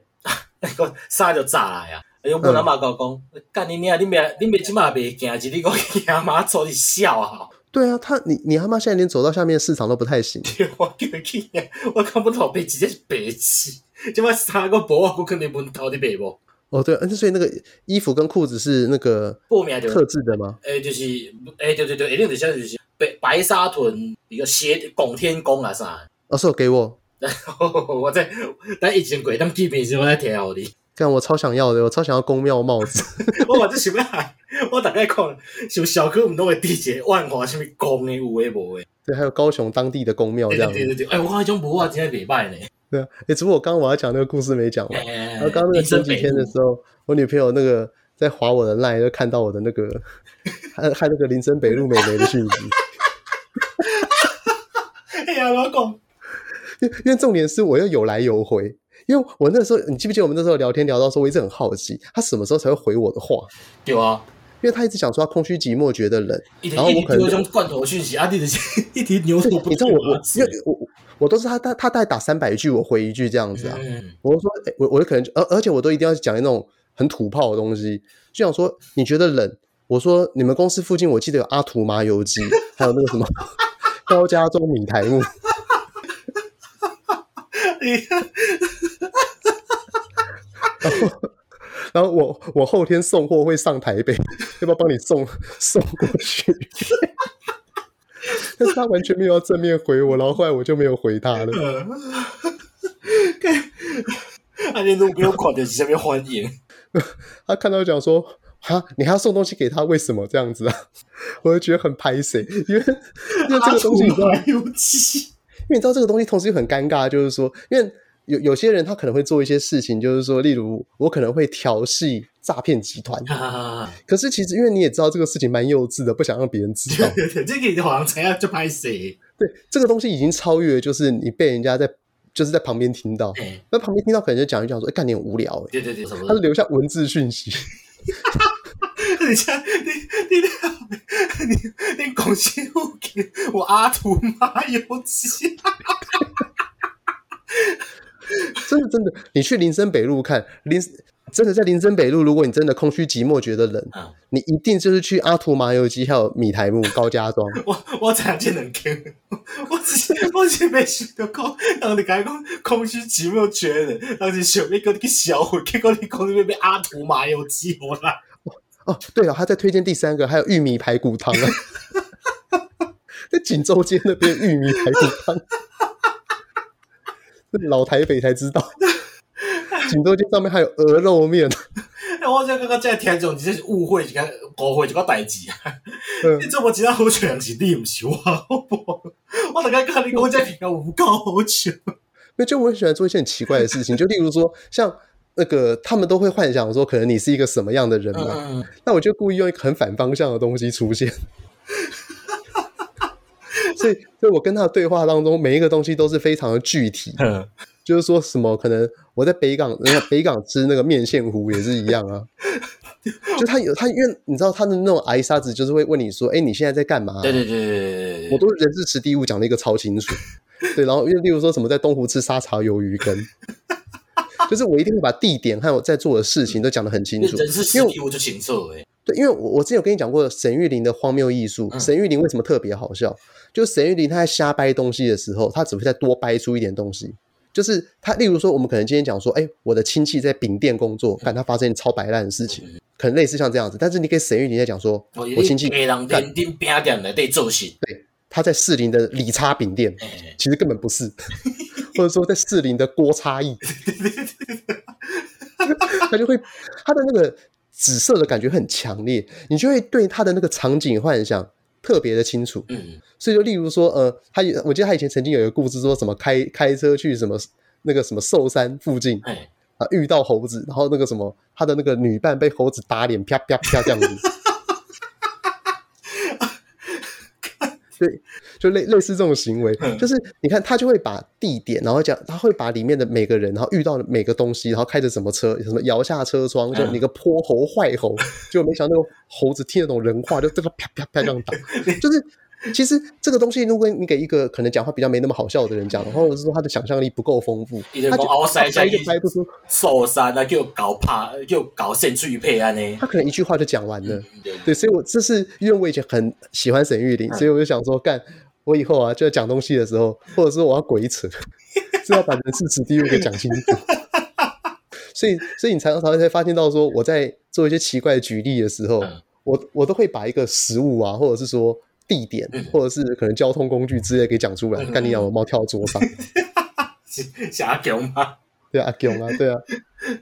[SPEAKER 2] 个衫就炸来啊。哎呦，阮阿嬷甲我讲，干你娘，你袂你袂即马袂惊，是你讲亚妈祖是痟啊！
[SPEAKER 1] 对啊，他你你他妈现在连走到下面市场都不太行。
[SPEAKER 2] 我叫伊去，啊我看阮老爸直接是白痴，即马衫个无啊，我肯定问头伫卖无。
[SPEAKER 1] 哦，对，嗯，所以那个衣服跟裤子是那个
[SPEAKER 2] 报名就
[SPEAKER 1] 特制的吗？
[SPEAKER 2] 诶、呃就是诶、对对对，一定就是就是白白沙屯一个斜拱天宫啊啥。
[SPEAKER 1] 哦，是有给我，
[SPEAKER 2] 我在咱以前过当见面时，我在听互你，
[SPEAKER 1] 干，我超想要的，我超想要公庙帽子。
[SPEAKER 2] 我嘛就想要喊，我大概看像小区毋拢会滴一个万华什物宫诶，有诶无诶。
[SPEAKER 1] 对，还有高雄当地的公庙
[SPEAKER 2] 对
[SPEAKER 1] 这
[SPEAKER 2] 对
[SPEAKER 1] 样。
[SPEAKER 2] 对对对，哎、我看迄种文化真诶袂歹呢。
[SPEAKER 1] 对啊，诶，只不过我刚刚我要讲那个故事没讲完。
[SPEAKER 2] 然
[SPEAKER 1] 然后刚刚那个前几天的时候，我女朋友那个在划我的 line，就看到我的那 个看看那个林森北路美眉的讯息。
[SPEAKER 3] 哎呀，
[SPEAKER 2] 啊
[SPEAKER 3] 老公，
[SPEAKER 1] 因为因为重点是我又有来有回，因为我那时候你记不记得我们那时候聊天聊到说，我一直很好奇他什么时候才会回我的话，
[SPEAKER 2] 对啊，
[SPEAKER 1] 因为他一直想说他空虚寂寞觉得冷，
[SPEAKER 2] 一直
[SPEAKER 1] 然后
[SPEAKER 2] 一
[SPEAKER 1] 我
[SPEAKER 2] 直
[SPEAKER 1] 可能
[SPEAKER 2] 丢种罐头讯息，啊，你就是 一直牛头不
[SPEAKER 1] 你知道
[SPEAKER 2] 对
[SPEAKER 1] 我
[SPEAKER 2] 马
[SPEAKER 1] 我因
[SPEAKER 2] 嘴
[SPEAKER 1] 为我我我都是他他他大概打三百句，我回一句这样子啊。
[SPEAKER 2] 嗯，
[SPEAKER 1] 我就说，诶我我有可能就，而而且我都一定要讲那种很土炮的东西，就想说你觉得冷，我说你们公司附近我记得有阿图麻油鸡，还有那个什么高家中米苔木，
[SPEAKER 3] 你
[SPEAKER 1] 然后我我后天送货会上台北，要不要帮你送送过去？ 但是他完全没有要正面回我，然后后来我就没有回他了。
[SPEAKER 3] 呃，
[SPEAKER 2] 嗯 啊，你如果看着是啥物反应？
[SPEAKER 1] 他看到讲说，哈，你还要送东西给他，为什么这样子啊？ 我就觉得很拍谁，因为因为这个东
[SPEAKER 2] 啊
[SPEAKER 1] 西你知道，
[SPEAKER 3] 还有鸡，
[SPEAKER 1] 因为你知道这个东西同时又很尴尬，就是说，因为有有些人他可能会做一些事情，就是说，例如我可能会调戏诈骗集团，
[SPEAKER 3] 啊，，
[SPEAKER 1] 可是其实因为你也知道这个事情蛮幼稚的，不想让别人 知道
[SPEAKER 3] 这个好像怎样就拍谁？
[SPEAKER 1] 对，这个东西已经超越，就是你被人家在就是在旁边听到，
[SPEAKER 3] 哎，
[SPEAKER 1] 那旁边听到可能就讲一讲说，哎、干你很无聊、欸，
[SPEAKER 3] 对对对，什
[SPEAKER 1] 他
[SPEAKER 3] 么？
[SPEAKER 1] 留下文字讯息，
[SPEAKER 3] 你像你你你你你讲新物给我阿土妈有鸡，
[SPEAKER 1] 真的真的，你去林森北路看林。真的在林森北路，如果你真的空虚寂寞觉得冷，
[SPEAKER 2] 啊
[SPEAKER 1] 你一定就是去阿图麻油鸡还有米台木高家庄，
[SPEAKER 3] 我我怎样这能听？我只我只被想到讲，人你讲讲空虚寂寞觉得，人是想要叫你去销毁，结果你讲你要被阿土麻有鸡我啦，
[SPEAKER 1] 哦，对了，他在推荐第三个，还有玉米排骨汤啊， 在锦州街那边玉米排骨汤，这老台北才知道。锦州街上面还有鹅肉面，
[SPEAKER 3] 哎，我这刚刚在听众，你这是误会一个误会一个代志啊！
[SPEAKER 1] 嗯
[SPEAKER 3] 你，这么知道好笑人是你，毋是我，好无？我大概甲你讲这片有够好笑。
[SPEAKER 1] 那就我很喜欢做一些很奇怪的事情，就例如说，像那个他们都会幻想说，可能你是一个什么样的人嘛，
[SPEAKER 2] 嗯，
[SPEAKER 1] 那我就故意用一个很反方向的东西出现。 所以，所以我跟他的对话当中，每一个东西都是非常的具体，
[SPEAKER 2] 嗯
[SPEAKER 1] 就是说什么可能我在北港，那个北港吃那个面线糊也是一样啊。就他有他，因为你知道他的那种挨沙子，就是会问你说：“哎、你现在在干嘛、
[SPEAKER 2] 对对对对对
[SPEAKER 1] 我
[SPEAKER 2] 对，
[SPEAKER 1] 都人事实地物讲的一个超清楚。对，然后又例如说什么在东湖吃沙茶鱿鱼羹， 就是我一定会把地点和我在做的事情都讲得很清
[SPEAKER 2] 你
[SPEAKER 1] 楚。
[SPEAKER 2] 人是实
[SPEAKER 1] 因为
[SPEAKER 2] 体，我就清楚诶。
[SPEAKER 1] 对，因为我我之前有跟你讲过沈玉琳的荒谬艺术。
[SPEAKER 2] 嗯
[SPEAKER 1] 沈玉琳为什么特别好笑？就沈玉琳她在瞎掰东西的时候，她只会再多掰出一点东西。就是她，例如说，我们可能今天讲说，哎，我的亲戚在饼店工作，干他发生超白烂的事情，可能类似像这样子。但是你给沈玉琳在讲说，
[SPEAKER 2] 我
[SPEAKER 1] 我亲戚
[SPEAKER 2] 黑人
[SPEAKER 1] 干
[SPEAKER 2] 边顶边店内底做事，
[SPEAKER 1] 他在士林的理差饼店，
[SPEAKER 2] 诶，
[SPEAKER 1] 其实根本不是，或者说在士林的郭差异，他就会他的那个紫色的感觉很强烈，你就会对他的那个场景幻想特别的清楚。
[SPEAKER 2] 嗯，
[SPEAKER 1] 所以就例如说，呃，他有我记得他以前曾经有一个故事，说什么开开车去什么那个什么寿山附近
[SPEAKER 2] 诶，
[SPEAKER 1] 啊，遇到猴子，然后那个什么他的那个女伴被猴子打脸，啪啪啪这样子。对，就类类似这种行为，就是你看他就会把地点，然后讲他会把里面的每个人，然后遇到的每个东西，然后开着什么车，什么摇下车窗，就
[SPEAKER 2] 嗯
[SPEAKER 1] 你个泼猴坏猴，结果没想到那个猴子听得懂人话，就这个啪啪啪这样打，就是。其实这个东西，如果你给一个可能讲话比较没那么好笑的人讲的话，或者是说他的想象力不够丰富，
[SPEAKER 2] 伊就
[SPEAKER 1] 他
[SPEAKER 2] 讲
[SPEAKER 1] 就
[SPEAKER 2] 奥
[SPEAKER 1] 他
[SPEAKER 2] 赛加
[SPEAKER 1] 掰
[SPEAKER 2] 伊
[SPEAKER 1] 就掰不出，
[SPEAKER 2] 受伤啊，叫搞拍，叫搞兴趣配啊安尼
[SPEAKER 1] 他。可能一句话就讲完了。
[SPEAKER 2] 嗯对
[SPEAKER 1] 对，所以我这是因为我以前很喜欢沈玉琳，所以我就想说，干我以后啊，就要讲东西的时候，或者说我要鬼扯， 是要把人事史地物给讲清楚。所以，所以你常常才发现到说，我在做一些奇怪的举例的时候，
[SPEAKER 2] 嗯
[SPEAKER 1] 我我都会把一个食物啊，或者是说地点，或者是可能交通工具之类给讲出来。干你养我猫跳桌上，
[SPEAKER 3] 是是阿强吗？
[SPEAKER 1] 对啊，阿囧啊，对啊，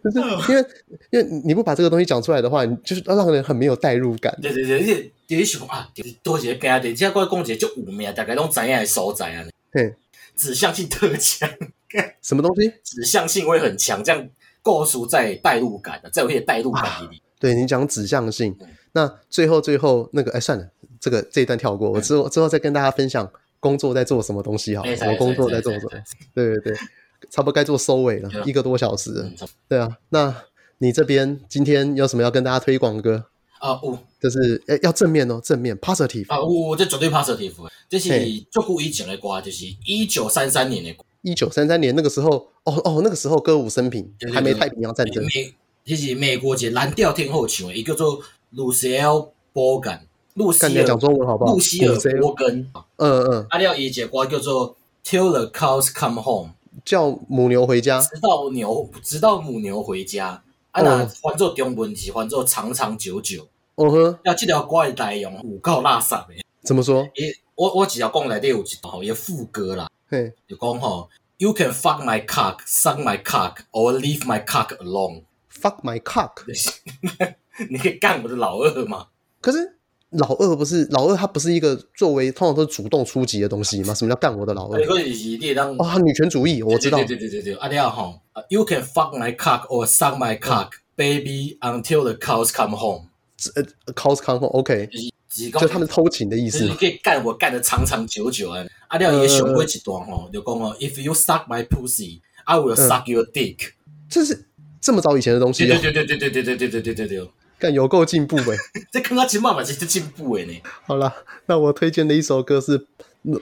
[SPEAKER 1] 就是因为因为你不把这个东西讲出来的话，你就是让人很没有代入感。
[SPEAKER 2] 对对对，你你想啊，就是多一个边店，只我讲一个足有名，大家拢知影的所在啊。
[SPEAKER 1] 嘿，
[SPEAKER 2] 指向性特强，
[SPEAKER 1] 什么东西？
[SPEAKER 2] 指向性会很强，这样构筑在代入感啊，在有些代入感里面。
[SPEAKER 1] 对你讲指向性
[SPEAKER 2] 嗯，
[SPEAKER 1] 那最后最后那个，哎，算了，这个这一段跳过，我之后之后再跟大家分享工作在做什么东啊西好了，
[SPEAKER 2] 哎
[SPEAKER 1] 我工作在做什么？？对对对，差不多该做收尾了
[SPEAKER 2] 对啊，
[SPEAKER 1] 一个多小时了
[SPEAKER 2] 嗯，差不多
[SPEAKER 1] 对啊，那你这边今天有什么要跟大家推广的歌？
[SPEAKER 2] 啊，有
[SPEAKER 1] 就是哎，要正面哦，正面 positive，
[SPEAKER 2] 啊，有，这绝对 positive 的。这是
[SPEAKER 1] 嘿
[SPEAKER 2] 足久以前的歌，就是一九三三年的歌，
[SPEAKER 1] 一九三三年那个时候，哦哦，那个时候歌舞升平
[SPEAKER 2] 对，对
[SPEAKER 1] 还没
[SPEAKER 2] 对
[SPEAKER 1] 太平洋战争，
[SPEAKER 2] 美，这是美国一个蓝调天后唱的，伊叫做 Lucille Morgan，露西
[SPEAKER 1] 干你
[SPEAKER 2] 尔
[SPEAKER 1] 讲中文好不好？
[SPEAKER 2] 露西尔
[SPEAKER 1] 古谁
[SPEAKER 2] 摩根。
[SPEAKER 1] 嗯嗯，
[SPEAKER 2] 啊，了伊一个歌叫做 Till the Cows Come Home，
[SPEAKER 1] 叫母牛回家，
[SPEAKER 2] 直到牛，直到母牛回家。啊，
[SPEAKER 1] 哦
[SPEAKER 2] 那翻做中文是翻做长长久久。
[SPEAKER 1] 哦呵，
[SPEAKER 2] 啊，这条歌的内容有够垃圾的。
[SPEAKER 1] 怎么说？
[SPEAKER 2] 伊我我只要讲内底有一段吼，伊的副歌啦，
[SPEAKER 1] 嘿，
[SPEAKER 2] 就讲吼，You can fuck my cock, suck my cock, or leave my cock alone。
[SPEAKER 1] fuck my cock。
[SPEAKER 2] 你可以干我的老二吗？
[SPEAKER 1] 可是老二不是老二，他不是一个作为通常都是主动出击的东西吗？什么叫干我的老
[SPEAKER 2] 啊
[SPEAKER 1] 二
[SPEAKER 2] 你？可以是你当
[SPEAKER 1] 哦，他女权主义，我知道
[SPEAKER 2] 对。对对对对，对啊，你好吼啊，You can fuck my cock or suck my cock, baby, until the cows come home。
[SPEAKER 1] 呃，cos c o n o k
[SPEAKER 2] 就是
[SPEAKER 1] 就
[SPEAKER 2] 讲
[SPEAKER 1] 他们偷情的意
[SPEAKER 2] 就
[SPEAKER 1] 思
[SPEAKER 2] 是你。可以干我干的长长久久啊。啊，廖也熊过一段吼，就讲哦，If you suck my pussy, I will suck your dick。
[SPEAKER 1] 这是这么早以前的东西
[SPEAKER 2] 对对
[SPEAKER 1] 哦，
[SPEAKER 2] 对对对对对对对对对对对，
[SPEAKER 1] 干有够进步 呗。
[SPEAKER 2] 这啊看到金妈妈是在进步诶呢。
[SPEAKER 1] 好啦，那我推荐的一首歌是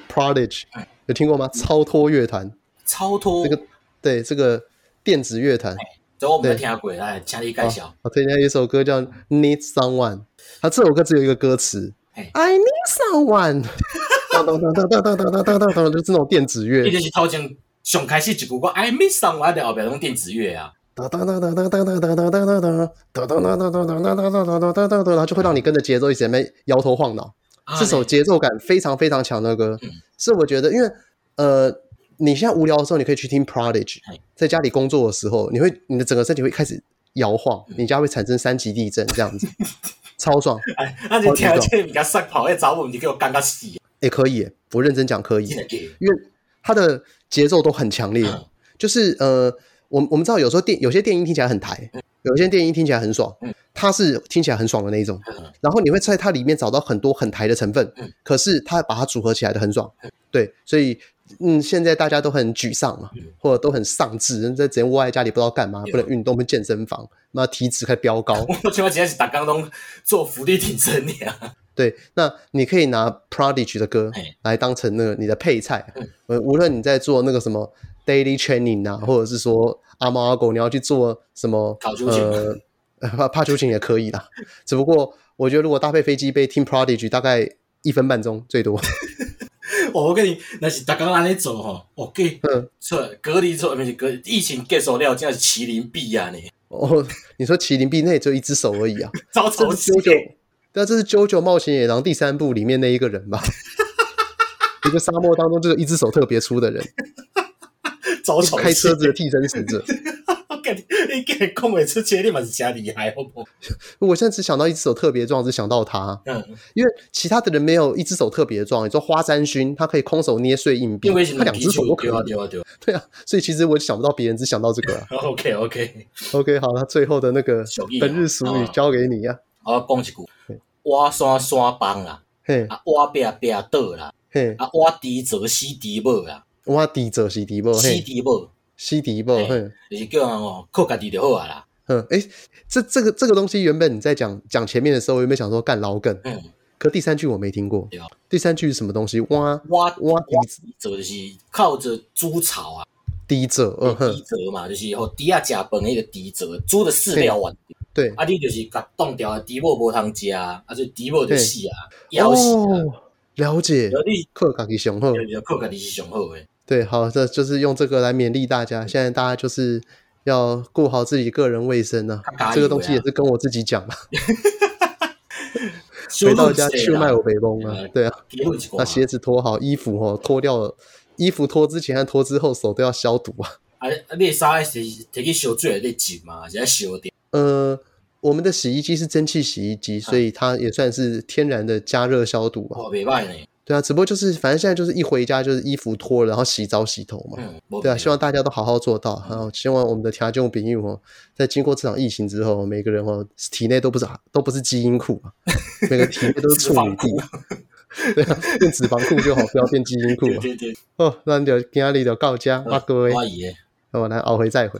[SPEAKER 1] Prodigy，有
[SPEAKER 2] 哎
[SPEAKER 1] 听过吗？超脱乐坛，
[SPEAKER 2] 超脱
[SPEAKER 1] 这个对这个电子乐坛，
[SPEAKER 2] 这我没听过，来，请你介绍。
[SPEAKER 1] 我推荐一首歌叫《Need Someone》，它这首歌只有一个歌词
[SPEAKER 2] 嘿
[SPEAKER 1] ：“I need someone。”当当当当当当当当当当，就是那种电子乐
[SPEAKER 2] 伊，就是头前上开始一句我 I miss someone，在后边用电子乐啊。
[SPEAKER 1] 当当当当当当当当当当当当当当当当当当当当当当当，然后就会让你跟着节奏一直在摇头晃脑。
[SPEAKER 2] 啊
[SPEAKER 1] 这首节奏感非常非常强的歌，是我觉得，因为呃，你现在无聊的时候，你可以去听 Prodigy，
[SPEAKER 2] 嘿
[SPEAKER 1] 在家里工作的时候，你会你的整个身体会开始摇晃，你家会产生三级地震这样子，超爽，
[SPEAKER 2] 哎，啊，你 听这物件塞跑，迄查某毋是叫我感觉死，
[SPEAKER 1] 也、哎可以耶，哦我认真讲可以
[SPEAKER 2] 真，的假的？
[SPEAKER 1] 因为它的节奏都很强烈，
[SPEAKER 2] 嗯
[SPEAKER 1] 就是呃，我我们知道有时候电有些电音听起来很台，有些电音听起来很爽
[SPEAKER 2] 嗯，
[SPEAKER 1] 它是听起来很爽的那一种
[SPEAKER 2] 嗯，
[SPEAKER 1] 然后你会在它里面找到很多很台的成分
[SPEAKER 2] 嗯，
[SPEAKER 1] 可是它把它组合起来的很爽，对，所以嗯，现在大家都很沮丧嘛
[SPEAKER 2] 嗯，
[SPEAKER 1] 或者都很丧志，在整天窝在家里不知道干嘛，
[SPEAKER 2] 对
[SPEAKER 1] 不能运动，不能健身房，那体脂开始飙高，
[SPEAKER 2] 我像我真正是逐工拢做福利挺身尔。
[SPEAKER 1] 对，那你可以拿 Prodigy 的歌
[SPEAKER 2] 嘿
[SPEAKER 1] 来当成那个你的配菜
[SPEAKER 2] 嗯，
[SPEAKER 1] 呃，无论你在做那个什么 daily training 啊，或者是说阿猫阿狗，你要去做什么
[SPEAKER 2] 搞球
[SPEAKER 1] 呃
[SPEAKER 2] 球
[SPEAKER 1] 呃，怕怕球情也可以啦。只不过我觉得如果搭配飞机杯听 Prodigy，大概一分半钟最多。
[SPEAKER 2] 哦，我跟你，若是逐工安尼做吼，哦，隔
[SPEAKER 1] 嗯
[SPEAKER 2] 出隔离出，毋是隔疫情结束了，真的是麒麟臂啊呢，
[SPEAKER 1] 哦，你说麒麟臂那也只有一只手而已啊，
[SPEAKER 2] 早
[SPEAKER 1] 这
[SPEAKER 2] 早
[SPEAKER 1] 是
[SPEAKER 2] 死
[SPEAKER 1] JoJo，对啊，这是 JoJo 冒险野狼第三部里面那一个人吧？ 一个沙漠当中就是一只手特别粗的人，
[SPEAKER 2] 早早
[SPEAKER 1] 开车子的替身使者。
[SPEAKER 2] 我跟你，你跟你讲袂出这，你嘛是真厉害，好不好？
[SPEAKER 1] 我现在只想到一只手特别壮，只想到他，
[SPEAKER 2] 嗯，
[SPEAKER 1] 因为其他的人没有一只手特别壮。你说花山勋，他可以空手捏碎硬币
[SPEAKER 2] 因为是，
[SPEAKER 1] 他两只手都可
[SPEAKER 2] 对啊
[SPEAKER 1] 以。
[SPEAKER 2] 对啊对啊
[SPEAKER 1] 对啊，所以其实我想不到别人，只想到这个、啊。
[SPEAKER 2] ，OK OK，
[SPEAKER 1] OK，好，那最后的那 个
[SPEAKER 2] 小易啊
[SPEAKER 1] 本日俗语
[SPEAKER 2] 好啊
[SPEAKER 1] 交给你啊。
[SPEAKER 2] 我讲一句，挖山山崩啦，
[SPEAKER 1] 嘿，
[SPEAKER 2] 啊挖壁壁倒啦，
[SPEAKER 1] 嘿，
[SPEAKER 2] 啊挖猪蛇死猪母啦。
[SPEAKER 1] 我低者是低波，
[SPEAKER 2] 死
[SPEAKER 1] 哦嘿，
[SPEAKER 2] 猪无，
[SPEAKER 1] 西迪波，
[SPEAKER 2] 嘿
[SPEAKER 1] 嘿，
[SPEAKER 2] 就是叫人哦靠家己就好啊啦。
[SPEAKER 1] 嗯，哎，这这个这个东西原本你在讲讲前面的时候，原本想说干老梗，
[SPEAKER 2] 嗯，
[SPEAKER 1] 可第三句我没听过
[SPEAKER 2] 对啊。
[SPEAKER 1] 第三句是什么东西？哇
[SPEAKER 2] 我
[SPEAKER 1] 哇
[SPEAKER 2] 我就是靠着猪草啊，
[SPEAKER 1] 低者，嗯
[SPEAKER 2] 猪
[SPEAKER 1] 哼，
[SPEAKER 2] 舌嘛，就是互猪啊食饭迄个猪舌，煮的饲料完，
[SPEAKER 1] 对，
[SPEAKER 2] 啊你就是甲冻掉的猪母无通食啊，啊所以猪母就死啊，枵死啊，
[SPEAKER 1] 哦，了解
[SPEAKER 2] 然，后你
[SPEAKER 1] 克卡给雄厚。
[SPEAKER 2] 就是靠家己是上好诶。
[SPEAKER 1] 对，好，这就是用这个来勉励大家。现在大家就是要顾好自己个人卫生呢、这
[SPEAKER 2] 打
[SPEAKER 1] 个
[SPEAKER 2] 理
[SPEAKER 1] 东
[SPEAKER 2] 为
[SPEAKER 1] 西也
[SPEAKER 2] 啊
[SPEAKER 1] 是跟我自己讲嘛，
[SPEAKER 2] 收
[SPEAKER 1] 回到
[SPEAKER 2] 入
[SPEAKER 1] 家
[SPEAKER 2] 税
[SPEAKER 1] 去
[SPEAKER 2] 啦
[SPEAKER 1] 卖我，北风啊
[SPEAKER 2] 嗯，
[SPEAKER 1] 对啊。
[SPEAKER 2] 结论是讲
[SPEAKER 1] 那
[SPEAKER 2] 啊，
[SPEAKER 1] 鞋子脱好，衣服哦脱掉了，衣服脱之前和脱之后手都要消毒啊。
[SPEAKER 2] 啊啊你的衫是摕去烧水内浸嘛，是爱烧掉。
[SPEAKER 1] 呃，我们的洗衣机是蒸汽洗衣机，所以它也算是天然的加热消毒啊。
[SPEAKER 2] 嗯哦，袂歹呢，
[SPEAKER 1] 对啊，只不过就是反正现在就是一回家就是衣服脱了，然后洗澡洗头嘛。
[SPEAKER 2] 嗯，无
[SPEAKER 1] 对啊，
[SPEAKER 2] 袂歹
[SPEAKER 1] 希望大家都好好做到，然后希望我们的听众朋友哦，在经过这场疫情之后，每个人哦体内都不是都不是基因库嘛，每个体内都是处女地， 对啊，变脂肪库就好，不要变基因库
[SPEAKER 2] 对
[SPEAKER 1] 嘛。
[SPEAKER 2] 对对，
[SPEAKER 1] 哦，那你就今天就到家，啊各位，
[SPEAKER 2] 我伊诶。
[SPEAKER 1] 那我来熬回再回。